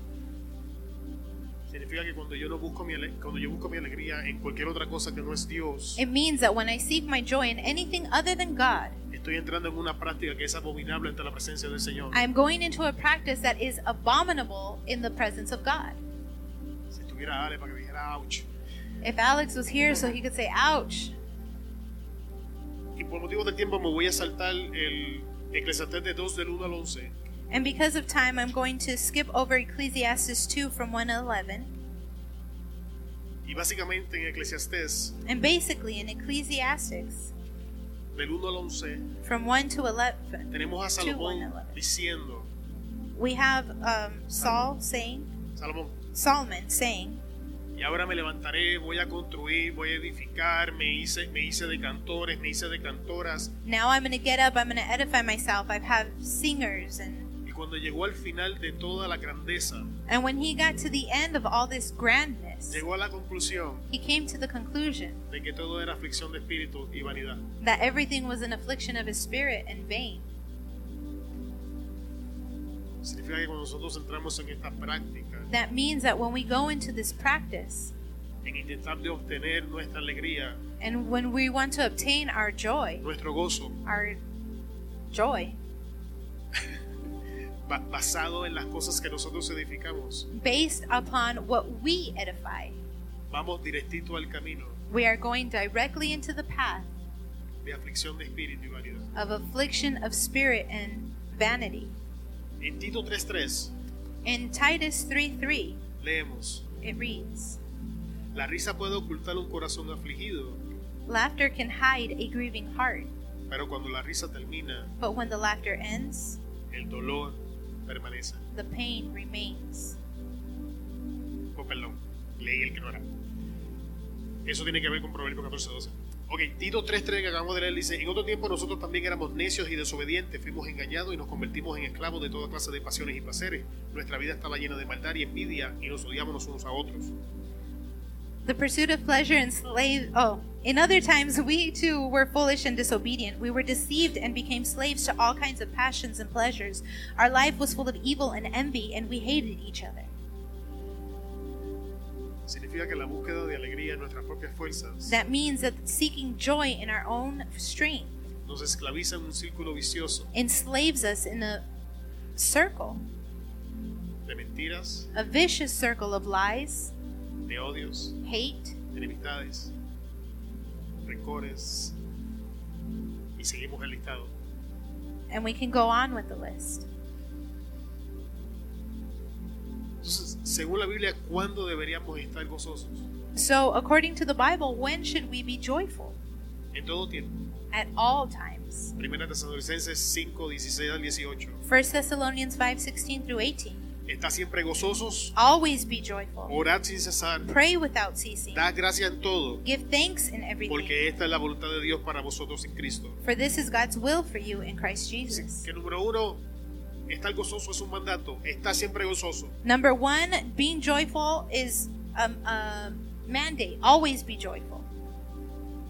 Speaker 3: Significa que cuando yo, no busco mi ale- cuando yo busco mi alegría en cualquier otra cosa que no es Dios,
Speaker 1: It means that when I seek my joy in anything other than God,
Speaker 3: estoy entrando en una práctica que es abominable ante la presencia del Señor.
Speaker 1: I'm going into a practice that is abominable in the presence of God.
Speaker 3: Si estuviera Ale para que dijera, ouch.
Speaker 1: If Alex was here so he could say, ouch.
Speaker 3: Y por motivo de tiempo me voy a saltar el Eclesiastés de 2 del 1 al 11.
Speaker 1: And because of time, I'm going to skip over Ecclesiastes 2 from 1 to 11.
Speaker 3: Y básicamente en Eclesiastés
Speaker 1: And basically, in Ecclesiastics
Speaker 3: del 1 al 11
Speaker 1: from 1 to 11,
Speaker 3: tenemos a
Speaker 1: 2, 1
Speaker 3: Salomón
Speaker 1: al 11.
Speaker 3: diciendo,
Speaker 1: we have um, Saul saying,
Speaker 3: Salomón,
Speaker 1: Solomon saying,
Speaker 3: y ahora me levantaré, voy a construir, voy a edificar, me hice, me hice de cantores, me hice de cantoras.
Speaker 1: Now I'm going to get up, I'm going to edify myself. I have singers. And,
Speaker 3: Y cuando llegó al final de toda la grandeza,
Speaker 1: and when he got to the end of all this grandness,
Speaker 3: llegó a la conclusión
Speaker 1: he came to the conclusion
Speaker 3: de que todo era aflicción de espíritu y vanidad.
Speaker 1: that everything was an affliction of his spirit and vain.
Speaker 3: Significa que cuando nosotros entramos en esta práctica,
Speaker 1: That means that when we go into this practice
Speaker 3: en intentar de obtener nuestra alegría,
Speaker 1: and when we want to obtain our joy,
Speaker 3: nuestro gozo,
Speaker 1: our joy
Speaker 3: ba- basado en las cosas que nosotros edificamos,
Speaker 1: based upon what we edify,
Speaker 3: vamos directito al camino
Speaker 1: we are going directly into the path
Speaker 3: de aflicción de espíritu y vanidad.
Speaker 1: of affliction of spirit and vanity.
Speaker 3: En Tito 3.3
Speaker 1: In Titus 3 3,
Speaker 3: leemos,
Speaker 1: it reads,
Speaker 3: la risa puede ocultar un corazón afligido,
Speaker 1: Laughter can hide a grieving heart,
Speaker 3: pero cuando la risa termina,
Speaker 1: but when the laughter ends,
Speaker 3: el dolor permanece.
Speaker 1: the pain remains.
Speaker 3: Oh, perdón, leí el que no era. Eso tiene que ver con Proverbios 14.12. Ok, Tito 3.3 que acabamos de leer dice, en otro tiempo nosotros también éramos necios y desobedientes, fuimos engañados y nos convertimos en esclavos de toda clase de pasiones y placeres. Nuestra vida estaba llena de maldad y envidia y nos odiábamos los unos a otros.
Speaker 1: The pursuit of pleasure enslaved. Oh, in other times we too were foolish and disobedient. We were deceived and became slaves to all kinds of passions and pleasures. Our life was full of evil and envy, and we hated each other.
Speaker 3: Significa que la búsqueda de alegría en nuestras propias fuerzas
Speaker 1: That means that seeking joy in our own strength
Speaker 3: nos esclaviza en un círculo vicioso
Speaker 1: enslaves us in a circle,
Speaker 3: de mentiras,
Speaker 1: a vicious circle of lies,
Speaker 3: de odios,
Speaker 1: hate,
Speaker 3: de enemistades, recores y seguimos el listado.
Speaker 1: and we can go on with the list.
Speaker 3: Entonces, según la Biblia, ¿cuándo deberíamos estar gozosos?
Speaker 1: So, according to the Bible, when should we be joyful?
Speaker 3: En todo tiempo.
Speaker 1: At all times.
Speaker 3: Primera Tesalonicenses 5, 16 al 18.
Speaker 1: 1 Thessalonians 5 16 through 18.
Speaker 3: Está siempre gozosos,
Speaker 1: Always be joyful.
Speaker 3: orad sin cesar,
Speaker 1: Pray without ceasing.
Speaker 3: dad gracias en todo,
Speaker 1: Give thanks in everything.
Speaker 3: porque esta es la voluntad de Dios para vosotros en Cristo.
Speaker 1: For this is God's will for you in Christ Jesus.
Speaker 3: Que número uno, estar gozoso es un mandato, está siempre gozoso.
Speaker 1: Number one, being joyful is um, a mandate. Always be joyful.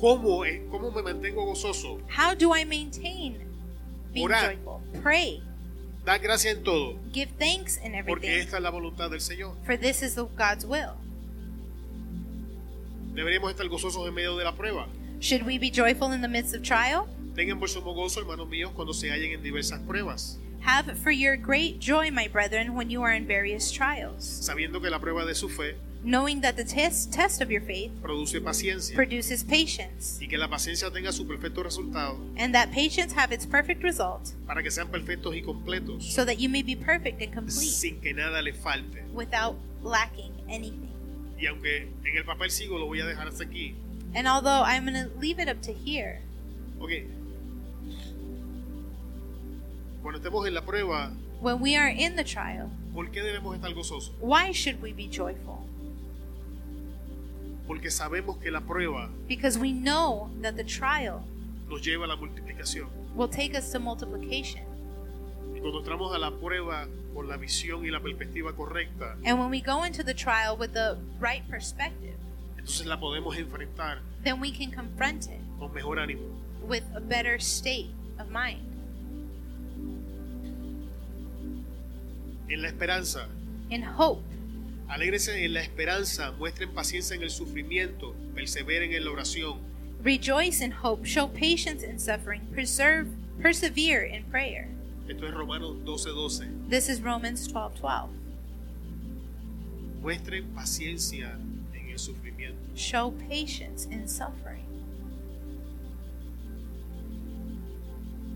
Speaker 3: ¿Cómo, es- ¿Cómo me mantengo gozoso?
Speaker 1: How do I maintain being
Speaker 3: Orar.
Speaker 1: joyful? Pray.
Speaker 3: Dad gracias en todo,
Speaker 1: Give thanks in
Speaker 3: porque
Speaker 1: everything.
Speaker 3: esta es la voluntad del Señor.
Speaker 1: For this is the, God's will.
Speaker 3: Deberíamos estar gozosos en medio de la prueba.
Speaker 1: Should we be joyful in the midst of trial?
Speaker 3: Tengan por sumo gozo, hermanos míos, cuando se hallen en diversas pruebas.
Speaker 1: Have for your great joy, my brethren, when you are in various trials,
Speaker 3: sabiendo que la prueba de su fe
Speaker 1: knowing that the test, test of your faith
Speaker 3: produce paciencia
Speaker 1: produces patience,
Speaker 3: y que la paciencia tenga su perfecto resultado
Speaker 1: and that patience have its perfect result,
Speaker 3: para que sean perfectos y completos
Speaker 1: so that you may be perfect and complete
Speaker 3: sin que nada le falte
Speaker 1: without lacking anything.
Speaker 3: y aunque en el papel sigo lo voy a dejar hasta aquí
Speaker 1: And although I'm going to leave it up to here,
Speaker 3: ok cuando estemos en la prueba
Speaker 1: when we are in the trial,
Speaker 3: ¿por qué debemos estar gozosos?
Speaker 1: why should we be joyful?
Speaker 3: porque sabemos que la prueba
Speaker 1: Because we know that the trial
Speaker 3: nos lleva a la multiplicación
Speaker 1: will take us to multiplication.
Speaker 3: y cuando entramos a la prueba con la visión y la perspectiva correcta
Speaker 1: And when we go into the trial with the right perspective,
Speaker 3: entonces la podemos enfrentar
Speaker 1: then we can confront it.
Speaker 3: con mejor ánimo
Speaker 1: with a better state of mind,
Speaker 3: en la esperanza
Speaker 1: in hope.
Speaker 3: Alégrense en la esperanza, muestren paciencia en el sufrimiento, perseveren en la oración.
Speaker 1: Rejoice in hope, show patience in suffering, preserve, persevere in prayer.
Speaker 3: Esto es Romanos 12:12.
Speaker 1: This is Romans 12 12.
Speaker 3: Muestren paciencia en el sufrimiento.
Speaker 1: Show patience in suffering.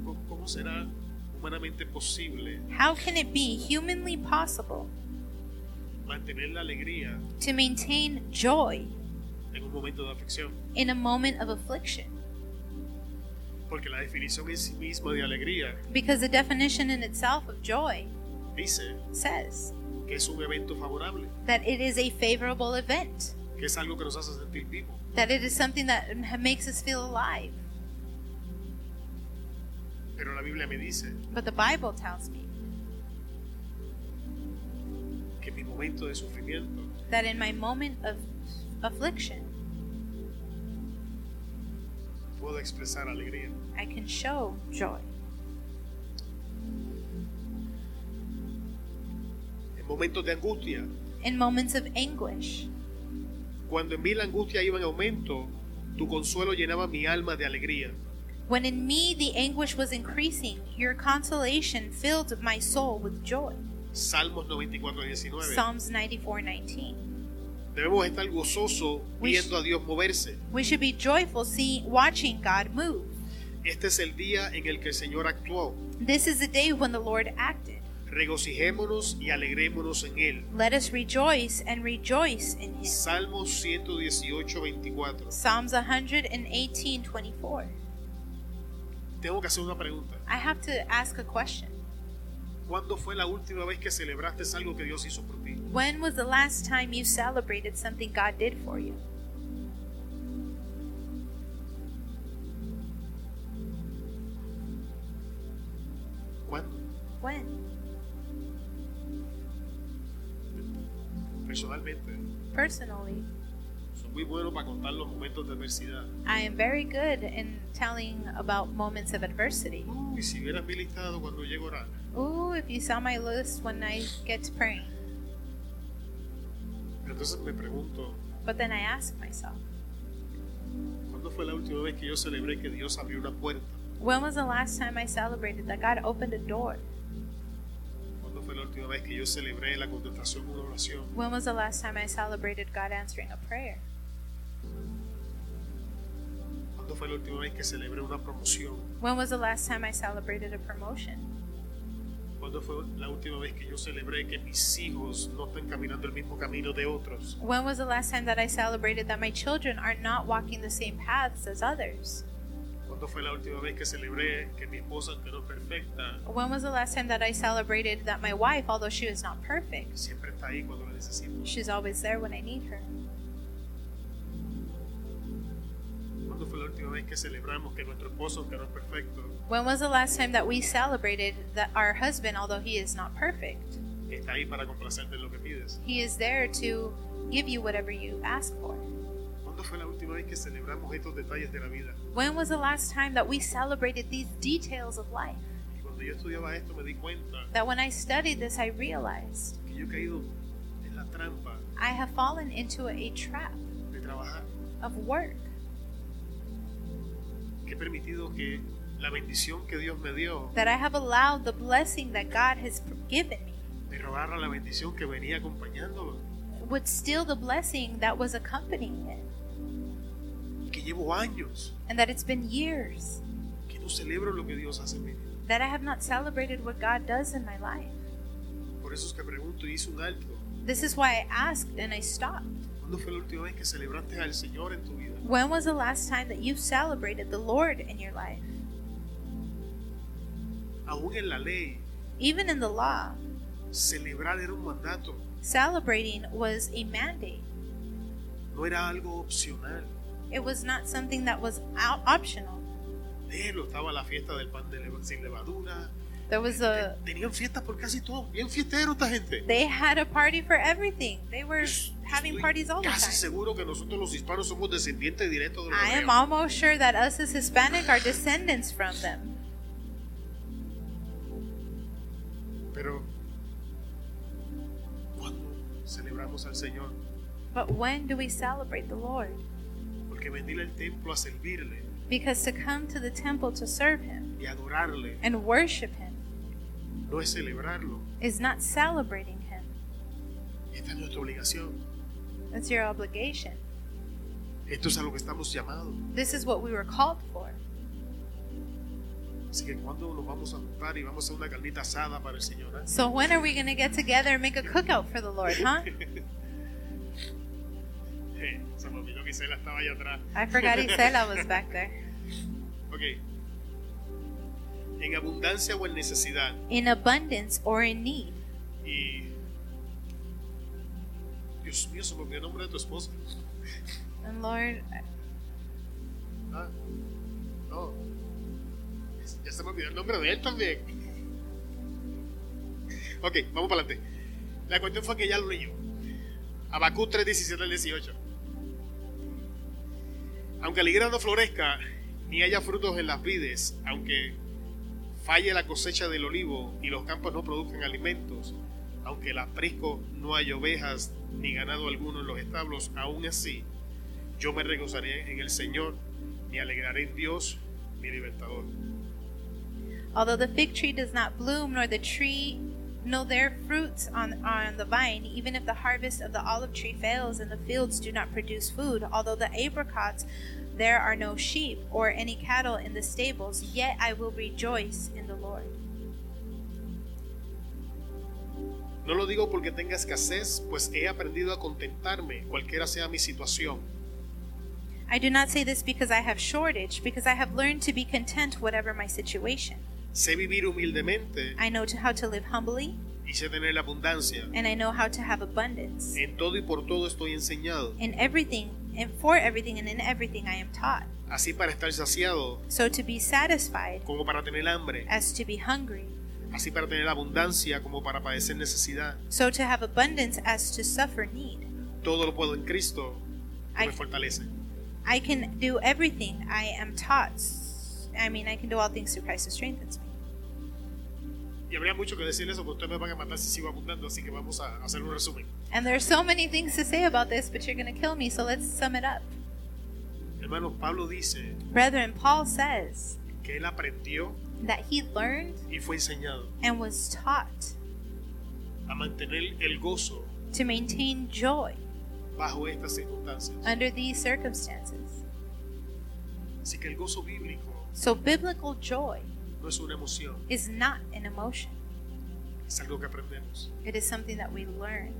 Speaker 3: ¿Cómo- ¿Cómo será humanamente posible
Speaker 1: How can it be humanly possible
Speaker 3: mantener la alegría
Speaker 1: to maintain joy
Speaker 3: en un momento de aflicción?
Speaker 1: in a moment of affliction?
Speaker 3: Porque la definición en sí misma de alegría
Speaker 1: Because the definition in itself of joy
Speaker 3: dice
Speaker 1: says
Speaker 3: que es un evento favorable,
Speaker 1: that it is a favorable event,
Speaker 3: que es algo que nos hace sentir vivos.
Speaker 1: that it is something that makes us feel alive.
Speaker 3: Pero la Biblia me dice
Speaker 1: But the Bible tells me
Speaker 3: que mi momento de sufrimiento
Speaker 1: that in my moment of affliction,
Speaker 3: puedo expresar alegría.
Speaker 1: I can show joy.
Speaker 3: En momentos de angustia,
Speaker 1: In moments of anguish,
Speaker 3: cuando en mí la angustia iba en aumento, tu consuelo llenaba mi alma de alegría.
Speaker 1: when in me the anguish was increasing, your consolation filled my soul with joy.
Speaker 3: Salmos 94, 19.
Speaker 1: Psalms 94 19.
Speaker 3: Debemos estar gozosos
Speaker 1: We-
Speaker 3: viendo a Dios moverse.
Speaker 1: We should be joyful seeing, watching God move.
Speaker 3: Este es el día en el que el Señor actuó.
Speaker 1: This is the day when the Lord acted.
Speaker 3: Regocijémonos y alegrémonos en Él.
Speaker 1: Let us rejoice and rejoice in Him.
Speaker 3: Salmos 118, 24.
Speaker 1: Psalms 118 24.
Speaker 3: Tengo que hacer una pregunta.
Speaker 1: I have to ask a question.
Speaker 3: ¿Cuándo fue la última vez que celebraste algo que Dios hizo por ti?
Speaker 1: When was the last time you celebrated something God did for you?
Speaker 3: ¿Cuándo?
Speaker 1: When?
Speaker 3: Personalmente,
Speaker 1: Personally,
Speaker 3: soy muy bueno para contar los momentos de adversidad.
Speaker 1: I am very good in telling about moments of adversity.
Speaker 3: Uy, si vieras mi listado cuando llego a orar.
Speaker 1: Ooh, if you saw my list when I get to praying.
Speaker 3: Entonces me pregunto,
Speaker 1: But then I ask myself,
Speaker 3: ¿cuándo fue la última vez que yo celebré que Dios abrió una puerta?
Speaker 1: when was the last time I celebrated that God opened a door?
Speaker 3: ¿Cuándo fue la última vez que yo celebré la contestación de una oración?
Speaker 1: When was the last time I celebrated God answering a prayer?
Speaker 3: ¿Cuándo fue la última vez que celebré una promoción?
Speaker 1: When was the last time I celebrated a promotion?
Speaker 3: ¿Cuándo fue la última vez que yo celebré que mis hijos no están caminando el mismo camino de otros?
Speaker 1: When was the last time that I celebrated that my children are not walking the same paths as others?
Speaker 3: ¿Cuándo fue la última vez que celebré que mi esposa, aunque no es perfecta,
Speaker 1: When was the last time that I celebrated that my wife, although she is not perfect,
Speaker 3: siempre está ahí cuando la necesito?
Speaker 1: she's always there when I need her?
Speaker 3: ¿Cuándo fue la última vez que celebramos que nuestro esposo, aunque no es perfecto,
Speaker 1: When was the last time that we celebrated that our husband, although he is not perfect,
Speaker 3: está ahí para complacerte en lo que pides?
Speaker 1: he is there to give you whatever you ask for?
Speaker 3: ¿Cuándo fue la última vez que celebramos estos detalles de la vida?
Speaker 1: When was the last time that we celebrated these details of life?
Speaker 3: Y cuando yo estudiaba esto me di cuenta
Speaker 1: That when I studied this, I realized
Speaker 3: que yo he caído en la trampa
Speaker 1: I have fallen into a trap
Speaker 3: de trabajar,
Speaker 1: of work.
Speaker 3: que he permitido que la bendición que Dios me dio
Speaker 1: That I have allowed the blessing that God has given me
Speaker 3: me robara la bendición que venía acompañándolo,
Speaker 1: would steal the blessing that was accompanying it.
Speaker 3: que llevo años
Speaker 1: And that it's been years
Speaker 3: que no celebro lo que Dios hace en mi vida.
Speaker 1: that I have not celebrated what God does in my life.
Speaker 3: Por eso es que pregunto y hice un alto.
Speaker 1: This is why I asked and I stopped.
Speaker 3: ¿Cuándo fue la última vez que celebraste al Señor en tu vida?
Speaker 1: When was the last time that you celebrated the Lord in your life?
Speaker 3: Aún en la ley,
Speaker 1: Even in the law,
Speaker 3: celebrar era un mandato,
Speaker 1: celebrating was a mandate.
Speaker 3: no era algo opcional.
Speaker 1: It was not something that was out- optional.
Speaker 3: Pero estaba la fiesta del pan de leva- sin levadura.
Speaker 1: There was a
Speaker 3: Te- Tenían fiestas por casi todo. Bien fiestero esta gente.
Speaker 1: they had a party for everything. They were having
Speaker 3: Estoy
Speaker 1: parties all the
Speaker 3: Casi
Speaker 1: time.
Speaker 3: seguro que nosotros los hispanos somos descendientes directos de los
Speaker 1: I am
Speaker 3: hebreos.
Speaker 1: almost sure that us as Hispanic are descendants from them.
Speaker 3: Pero cuando celebramos celebramos al Señor?
Speaker 1: But when do we celebrate the Lord?
Speaker 3: Porque venir al templo a servirle
Speaker 1: Because to come to the temple to serve Him
Speaker 3: y adorarle
Speaker 1: and worship Him
Speaker 3: no es celebrarlo.
Speaker 1: is not celebrating Him.
Speaker 3: Esta es nuestra obligación.
Speaker 1: That's your obligation.
Speaker 3: Esto es a lo que estamos llamados.
Speaker 1: This is what we were called for.
Speaker 3: Así que cuando nos vamos a juntar y vamos a una carnita asada para el Señor. eh?
Speaker 1: So when are we going to get together and make a cookout for the Lord, huh?
Speaker 3: Eh, se me olvidó que Isela estaba allá atrás.
Speaker 1: I forgot Isela was back there.
Speaker 3: Ok. En abundancia o en necesidad.
Speaker 1: In abundance or in need.
Speaker 3: Y. Dios mío, se me olvidó el nombre de tu esposa.
Speaker 1: And Lord,
Speaker 3: Ah, no. Ya se me olvidó el nombre de él también. Ok, vamos para adelante. La cuestión fue que ya lo leyó. Habacuc 3, 17 al 18. Aunque la higuera no florezca, ni haya frutos en las vides, aunque falle la cosecha del olivo y los campos no produzcan alimentos, aunque el aprisco no haya ovejas ni ganado alguno en los establos, aún así yo me regocijaré en el Señor, me alegraré en Dios, mi libertador.
Speaker 1: although the fig tree does not bloom, nor the tree know their fruits on, on the vine, even if the harvest of the olive tree fails and the fields do not produce food, although the apricots there are no sheep or any cattle in the stables, yet I will rejoice in the Lord.
Speaker 3: No lo digo porque tenga escasez, pues he aprendido a contentarme, cualquiera sea mi situación.
Speaker 1: I do not say this because I have shortage, because I have learned to be content whatever my situation.
Speaker 3: Sé vivir humildemente
Speaker 1: I know to how to live humbly,
Speaker 3: y sé tener la abundancia.
Speaker 1: and I know how to have abundance.
Speaker 3: En todo y por todo estoy enseñado,
Speaker 1: In everything, and for everything, and in everything I am taught.
Speaker 3: así para estar saciado
Speaker 1: So to be satisfied
Speaker 3: como para tener hambre,
Speaker 1: as to be hungry,
Speaker 3: así para tener abundancia como para padecer necesidad.
Speaker 1: so to have abundance as to suffer need.
Speaker 3: Todo lo puedo en Cristo que
Speaker 1: Ay.
Speaker 3: me fortalece.
Speaker 1: I can do everything I am taught. I mean, I can do all things through Christ who strengthens me.
Speaker 3: Y habría mucho que decir eso, pero ustedes me van a matar si sigo abundando, así que vamos a hacer un resumen.
Speaker 1: And there are so many things to say about this, but you're going to kill me, so let's sum it up.
Speaker 3: Hermanos, Pablo dice
Speaker 1: Brethren, Paul says
Speaker 3: que él aprendió
Speaker 1: that he learned
Speaker 3: y fue enseñado
Speaker 1: and was taught
Speaker 3: a mantener el gozo
Speaker 1: to maintain joy
Speaker 3: bajo estas circunstancias.
Speaker 1: under these circumstances.
Speaker 3: Así que el gozo bíblico
Speaker 1: So, biblical joy
Speaker 3: no es una emoción,
Speaker 1: is not an emotion,
Speaker 3: es algo que aprendemos
Speaker 1: it is something that we learn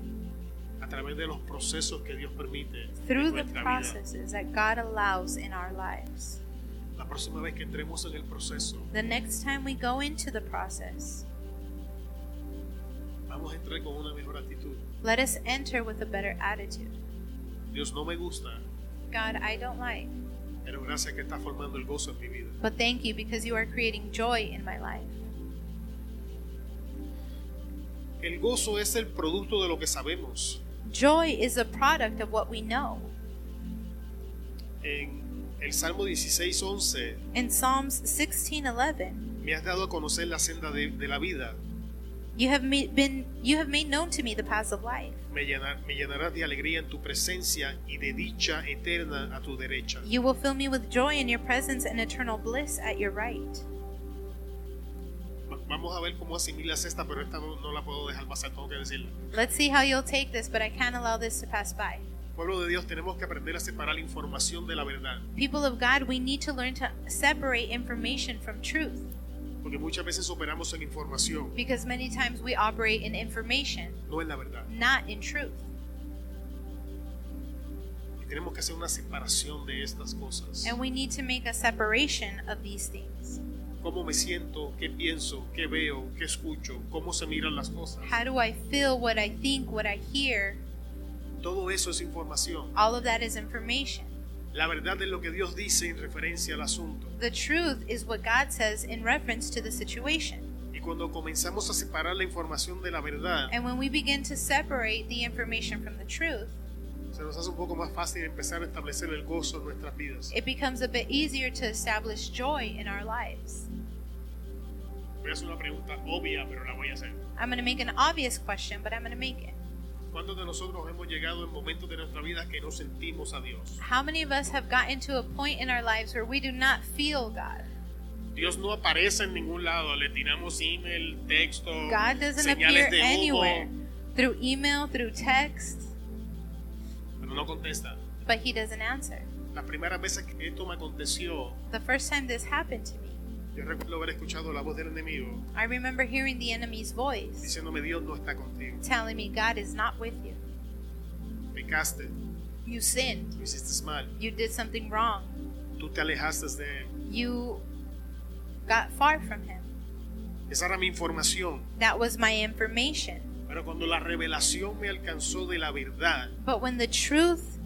Speaker 3: a través de los procesos que Dios permite
Speaker 1: through
Speaker 3: en
Speaker 1: the
Speaker 3: nuestra vida.
Speaker 1: processes that God allows in our lives.
Speaker 3: La próxima vez que entremos en el proceso,
Speaker 1: The next time we go into the process,
Speaker 3: vamos a entrar con una mejor actitud.
Speaker 1: let us enter with a better attitude.
Speaker 3: Dios no me gusta,
Speaker 1: God, I don't like,
Speaker 3: pero gracias que está formando el gozo en mi vida.
Speaker 1: but thank you because you are creating joy in my life.
Speaker 3: El gozo es el producto de lo que sabemos.
Speaker 1: Joy is a product of what we know.
Speaker 3: En el Salmo 16, 11,
Speaker 1: In Psalms 16:11,
Speaker 3: me has dado a conocer la senda de, de la vida,
Speaker 1: You have made, been you have made known to me the paths of life.
Speaker 3: me, llenar- me llenarás de alegría en tu presencia y de dicha eterna a tu derecha.
Speaker 1: You will fill me with joy in your presence and eternal bliss at your right.
Speaker 3: Va- Vamos a ver cómo asimilas esta, pero esta no, no la puedo dejar pasar, tengo que decirla.
Speaker 1: Let's see how you'll take this, but I can't allow this to pass by.
Speaker 3: Pueblo de Dios, tenemos que aprender a separar la información de la verdad,
Speaker 1: People of God, we need to learn to separate information from truth
Speaker 3: porque muchas veces operamos en información,
Speaker 1: because many times we operate in information,
Speaker 3: no en la verdad.
Speaker 1: not in truth.
Speaker 3: Y tenemos que hacer una separación de estas cosas.
Speaker 1: And we need to make a separation of these things.
Speaker 3: ¿Cómo me siento? ¿Qué pienso? ¿Qué veo? ¿Qué escucho? ¿Cómo se miran las cosas?
Speaker 1: How do I feel what I think, what I hear?
Speaker 3: Todo eso es información.
Speaker 1: All of that is information.
Speaker 3: La verdad es lo que Dios dice en referencia al asunto.
Speaker 1: The truth is what God says in reference to the situation.
Speaker 3: Y cuando comenzamos a separar la información de la verdad,
Speaker 1: And when we begin to separate the information from the truth,
Speaker 3: se nos hace un poco más fácil empezar a establecer el gozo en nuestras vidas.
Speaker 1: it becomes a bit easier to establish joy in our lives.
Speaker 3: Voy a hacer una pregunta obvia, pero la voy a hacer.
Speaker 1: I'm going to make an obvious question, but I'm going to make it.
Speaker 3: ¿Cuántos de nosotros hemos llegado en momentos de nuestra vida que no sentimos a Dios?
Speaker 1: How many of us have gotten to a point in our lives where we do not feel God?
Speaker 3: Dios no aparece en ningún lado. Le tiramos email, texto,
Speaker 1: God doesn't appear
Speaker 3: señales de humo,
Speaker 1: anywhere through email, through text,
Speaker 3: pero no contesta.
Speaker 1: but He doesn't answer.
Speaker 3: Las primeras veces que esto me aconteció,
Speaker 1: The first time this happened to me,
Speaker 3: yo recuerdo haber escuchado la voz del enemigo
Speaker 1: I remember hearing the enemy's voice
Speaker 3: diciéndome Dios no está contigo.
Speaker 1: telling me, God is not with you.
Speaker 3: Pecaste,
Speaker 1: You sinned.
Speaker 3: lo hiciste mal,
Speaker 1: You did something wrong.
Speaker 3: tú te alejaste de él.
Speaker 1: You got far from Him.
Speaker 3: Esa era mi información.
Speaker 1: That was my information.
Speaker 3: Pero cuando la revelación me alcanzó de la verdad
Speaker 1: But when the truth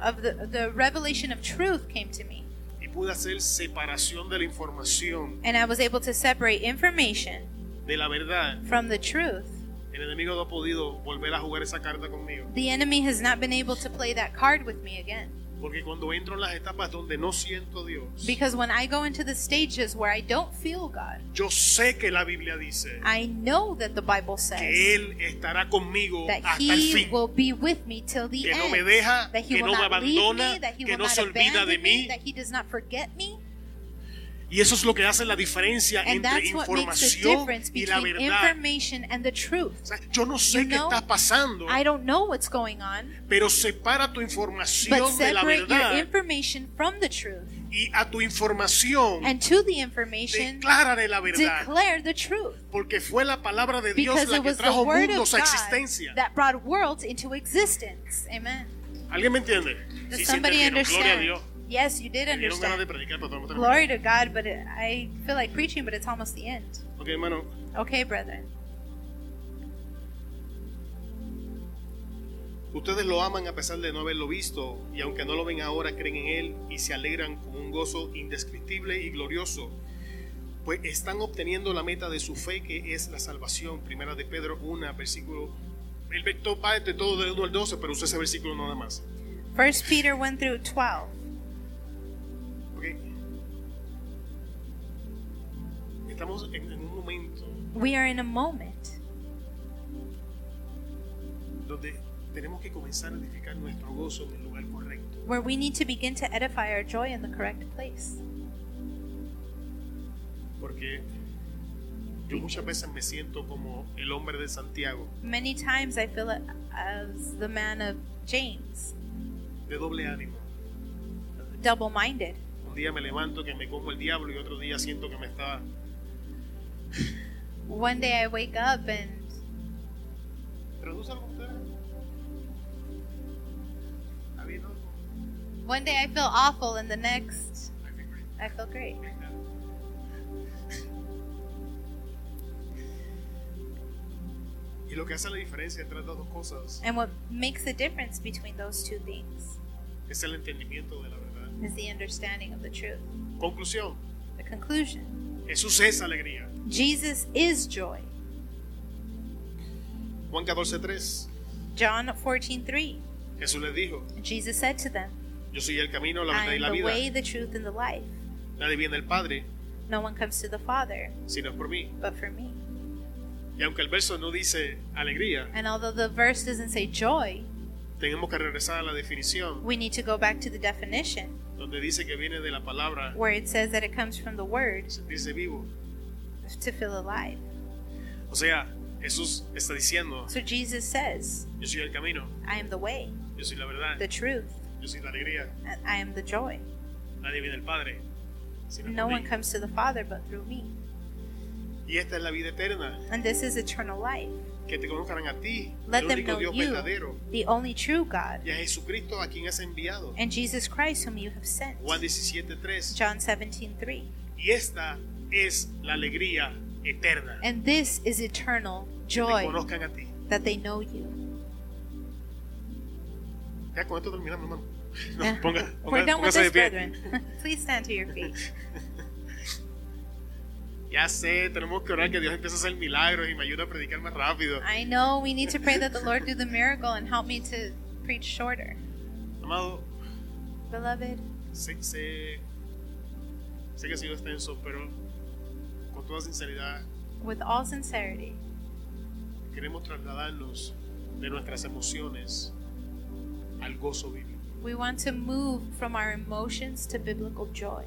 Speaker 1: of the, the revelation of truth came to me,
Speaker 3: y pude hacer separación de la información
Speaker 1: and I was able to separate information
Speaker 3: de la verdad,
Speaker 1: from the truth,
Speaker 3: el enemigo no ha podido volver a jugar esa carta conmigo.
Speaker 1: the enemy has not been able to play that card with me again.
Speaker 3: Porque cuando entro en las etapas donde no siento a Dios,
Speaker 1: Because when I go into the stages where I don't feel God,
Speaker 3: yo sé que la Biblia dice
Speaker 1: I know that the Bible
Speaker 3: que
Speaker 1: says
Speaker 3: Él estará conmigo
Speaker 1: that
Speaker 3: hasta el
Speaker 1: He
Speaker 3: fin.
Speaker 1: will be with me till the
Speaker 3: Que no
Speaker 1: end.
Speaker 3: me deja,
Speaker 1: that He
Speaker 3: que
Speaker 1: will
Speaker 3: no me
Speaker 1: not leave me,
Speaker 3: abandona,
Speaker 1: that He
Speaker 3: que
Speaker 1: will
Speaker 3: no
Speaker 1: not
Speaker 3: se olvida de
Speaker 1: abandon me,
Speaker 3: mí.
Speaker 1: that He does not forget me.
Speaker 3: Y eso es lo que hace la diferencia
Speaker 1: And
Speaker 3: entre
Speaker 1: that's what makes the
Speaker 3: información
Speaker 1: difference
Speaker 3: y la
Speaker 1: between
Speaker 3: verdad.
Speaker 1: information and the
Speaker 3: O
Speaker 1: truth.
Speaker 3: sea, yo no sé
Speaker 1: You
Speaker 3: qué
Speaker 1: know,
Speaker 3: está pasando,
Speaker 1: I don't know what's going on,
Speaker 3: pero separa tu
Speaker 1: but
Speaker 3: información de la
Speaker 1: separate your
Speaker 3: verdad
Speaker 1: information from the truth.
Speaker 3: y a tu información
Speaker 1: And to the information,
Speaker 3: declárale la verdad.
Speaker 1: declare the truth.
Speaker 3: Porque fue la palabra de Dios
Speaker 1: Because
Speaker 3: la
Speaker 1: it
Speaker 3: que
Speaker 1: was the
Speaker 3: trajo
Speaker 1: word of
Speaker 3: mundos a
Speaker 1: God
Speaker 3: existencia.
Speaker 1: that brought worlds into existence. Amen.
Speaker 3: ¿Alguien me entiende?
Speaker 1: Does
Speaker 3: Sí, sí
Speaker 1: somebody
Speaker 3: entendieron. Gloria a
Speaker 1: understand?
Speaker 3: Dios.
Speaker 1: Yes, you did
Speaker 3: Me dieron ganas de
Speaker 1: understand.
Speaker 3: predicar, pero todavía no termino.
Speaker 1: Glory to God, but it, I feel like preaching, but it's almost the end.
Speaker 3: Ok, hermano.
Speaker 1: Okay, brethren.
Speaker 3: Ustedes lo aman a pesar de no haberlo visto, y aunque no lo ven ahora, creen en Él y se alegran con un gozo indescriptible y glorioso, pues están obteniendo la meta de su fe, que es la salvación. Primera de Pedro 1, versículo... El vector va entre todo del 1 al 12, pero usé ese versículo nada más.
Speaker 1: First Peter 1 through 12.
Speaker 3: ¿ok? Estamos en, en un momento
Speaker 1: We are in a moment
Speaker 3: donde tenemos que comenzar a edificar nuestro gozo en el lugar correcto.
Speaker 1: where we need to begin to edify our joy in the correct place.
Speaker 3: Porque yo muchas veces me siento como el hombre de Santiago,
Speaker 1: Many times I feel it as the man of James,
Speaker 3: de doble ánimo.
Speaker 1: double minded.
Speaker 3: Un día me levanto que me como el diablo y otro día siento que me está...
Speaker 1: One day I wake up and
Speaker 3: ¿Traduce algo usted? ¿Está bien, no?
Speaker 1: one day I feel awful, and the next
Speaker 3: I feel great.
Speaker 1: I feel great.
Speaker 3: Venga. Y lo que hace la diferencia entre las dos cosas
Speaker 1: And what makes the difference between those two things
Speaker 3: es el entendimiento de la verdad.
Speaker 1: is the understanding of the truth.
Speaker 3: Conclusión,
Speaker 1: The conclusion
Speaker 3: Jesús es alegría.
Speaker 1: Jesus is joy.
Speaker 3: Juan 14:3,
Speaker 1: John 14 3.
Speaker 3: Jesús les dijo,
Speaker 1: Jesus said to them,
Speaker 3: yo soy el camino, la
Speaker 1: I
Speaker 3: verdad y la
Speaker 1: am the
Speaker 3: vida.
Speaker 1: way, the truth, and the life.
Speaker 3: Nadie viene del Padre
Speaker 1: No one comes to the Father
Speaker 3: si no es por mí.
Speaker 1: but for me.
Speaker 3: Y aunque el verso no dice alegría,
Speaker 1: And although the verse doesn't say joy,
Speaker 3: tenemos que regresar a la definición
Speaker 1: we need to go back to the definition
Speaker 3: donde dice que viene de la palabra,
Speaker 1: where it says that it comes from the word
Speaker 3: dice vivo.
Speaker 1: to feel alive.
Speaker 3: O sea, Jesús está diciendo,
Speaker 1: So Jesus says,
Speaker 3: yo soy el camino,
Speaker 1: I am the way,
Speaker 3: yo soy la verdad,
Speaker 1: the truth,
Speaker 3: yo soy la alegría.
Speaker 1: and I am the joy.
Speaker 3: Nadie viene del Padre si no es
Speaker 1: No
Speaker 3: por
Speaker 1: one
Speaker 3: mí.
Speaker 1: comes to the Father but through me.
Speaker 3: Y esta es la vida eterna,
Speaker 1: And this is eternal life.
Speaker 3: que te conozcan a ti,
Speaker 1: Let
Speaker 3: el
Speaker 1: them
Speaker 3: único
Speaker 1: know
Speaker 3: Dios
Speaker 1: you,
Speaker 3: verdadero,
Speaker 1: the only true God,
Speaker 3: y a Jesucristo a quien has enviado.
Speaker 1: and Jesus Christ whom you have sent.
Speaker 3: Juan 17:3.
Speaker 1: John 17 3.
Speaker 3: Y esta es la alegría eterna.
Speaker 1: And this is eternal
Speaker 3: Que te
Speaker 1: joy
Speaker 3: conozcan a ti.
Speaker 1: that they know you.
Speaker 3: Ya con esto terminamos, hermano.
Speaker 1: Eh,
Speaker 3: No, ponga,
Speaker 1: We're
Speaker 3: ponga,
Speaker 1: done with
Speaker 3: póngase
Speaker 1: this,
Speaker 3: de pie.
Speaker 1: brethren. Please stand to your feet.
Speaker 3: Ya sé, tenemos que orar que Dios empiece a hacer milagros y me ayude a predicar más rápido.
Speaker 1: I know we need to pray that the Lord do the miracle and help me to preach shorter.
Speaker 3: Amado,
Speaker 1: Beloved,
Speaker 3: sé, sé, sé que ha sido extenso, pero con toda sinceridad
Speaker 1: with all sincerity,
Speaker 3: queremos trasladarnos de nuestras emociones al gozo bíblico.
Speaker 1: We want to move from our emotions to biblical joy.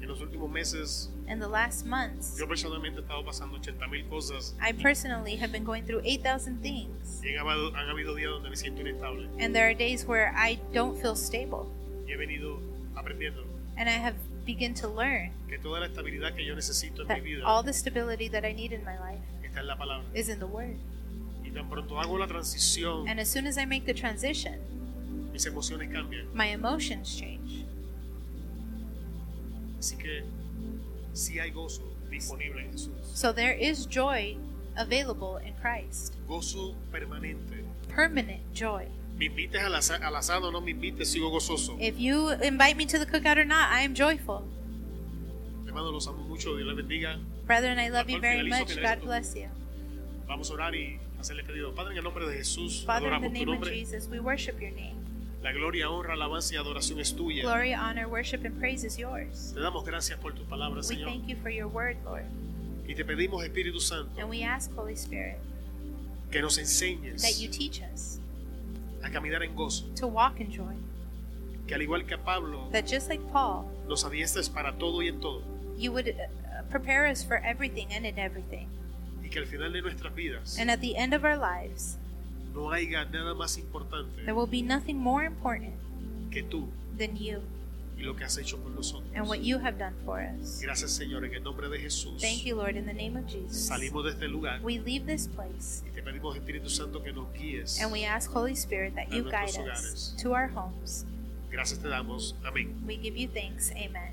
Speaker 3: En los últimos meses,
Speaker 1: In the last months,
Speaker 3: yo personalmente he estado pasando 80 mil cosas
Speaker 1: I personally have been going through 8,000 things.
Speaker 3: y han habido, han habido días donde me siento inestable
Speaker 1: And there are days where I don't feel stable.
Speaker 3: y he venido aprendiendo
Speaker 1: And I have begun to learn
Speaker 3: que toda la estabilidad que yo necesito en mi
Speaker 1: that
Speaker 3: vida
Speaker 1: all the stability that I need in my life
Speaker 3: está en la palabra.
Speaker 1: is in the Word.
Speaker 3: Y tan pronto hago la transición,
Speaker 1: And as soon as I make the transition,
Speaker 3: mis emociones cambian.
Speaker 1: my emotions change.
Speaker 3: Así que si hay gozo disponible en Jesús,
Speaker 1: So there is joy available in Christ,
Speaker 3: gozo permanente.
Speaker 1: permanent joy.
Speaker 3: Me invites al, asa- al asado o no me invites, sigo gozoso.
Speaker 1: If you invite me to the cookout or not, I am joyful.
Speaker 3: Hermanos, los amo mucho, Dios les bendiga.
Speaker 1: Brethren, I love you
Speaker 3: Pastor,
Speaker 1: very
Speaker 3: finalizo,
Speaker 1: much.
Speaker 3: finalizo
Speaker 1: God
Speaker 3: tú.
Speaker 1: bless you.
Speaker 3: Vamos a orar y hacerle pedido. Padre, en el nombre de Jesús,
Speaker 1: Father, in the
Speaker 3: adoramos tu
Speaker 1: name of
Speaker 3: nombre.
Speaker 1: Jesus, we worship your name.
Speaker 3: La gloria, honra, alabanza y adoración es tuya.
Speaker 1: Glory, honor, worship, and praise is yours.
Speaker 3: Te damos gracias por tus palabras,
Speaker 1: We
Speaker 3: Señor.
Speaker 1: thank you for your word, Lord.
Speaker 3: Y te pedimos, Espíritu Santo,
Speaker 1: And we ask, Holy Spirit,
Speaker 3: que nos
Speaker 1: that you
Speaker 3: enseñes
Speaker 1: teach us
Speaker 3: a caminar en gozo.
Speaker 1: to walk in joy.
Speaker 3: Que al igual que a Pablo,
Speaker 1: That just like Paul,
Speaker 3: nos adiestres para todo y en todo.
Speaker 1: you would uh, prepare us for everything and in everything.
Speaker 3: Y que al final de nuestras vidas
Speaker 1: And at the end of our lives,
Speaker 3: no haya nada más importante
Speaker 1: there will be nothing more important
Speaker 3: que tú
Speaker 1: than you
Speaker 3: y lo que has hecho por nosotros.
Speaker 1: and what you have done for us.
Speaker 3: Gracias, Señor, en el nombre de Jesús.
Speaker 1: Thank you, Lord, in the name of Jesus.
Speaker 3: Salimos de este lugar
Speaker 1: We leave this place
Speaker 3: y te pedimos, Espíritu Santo, que nos guíes.
Speaker 1: and we ask, Holy Spirit, that you guide us to our homes.
Speaker 3: Gracias te damos. Amén.
Speaker 1: We give you thanks. Amen.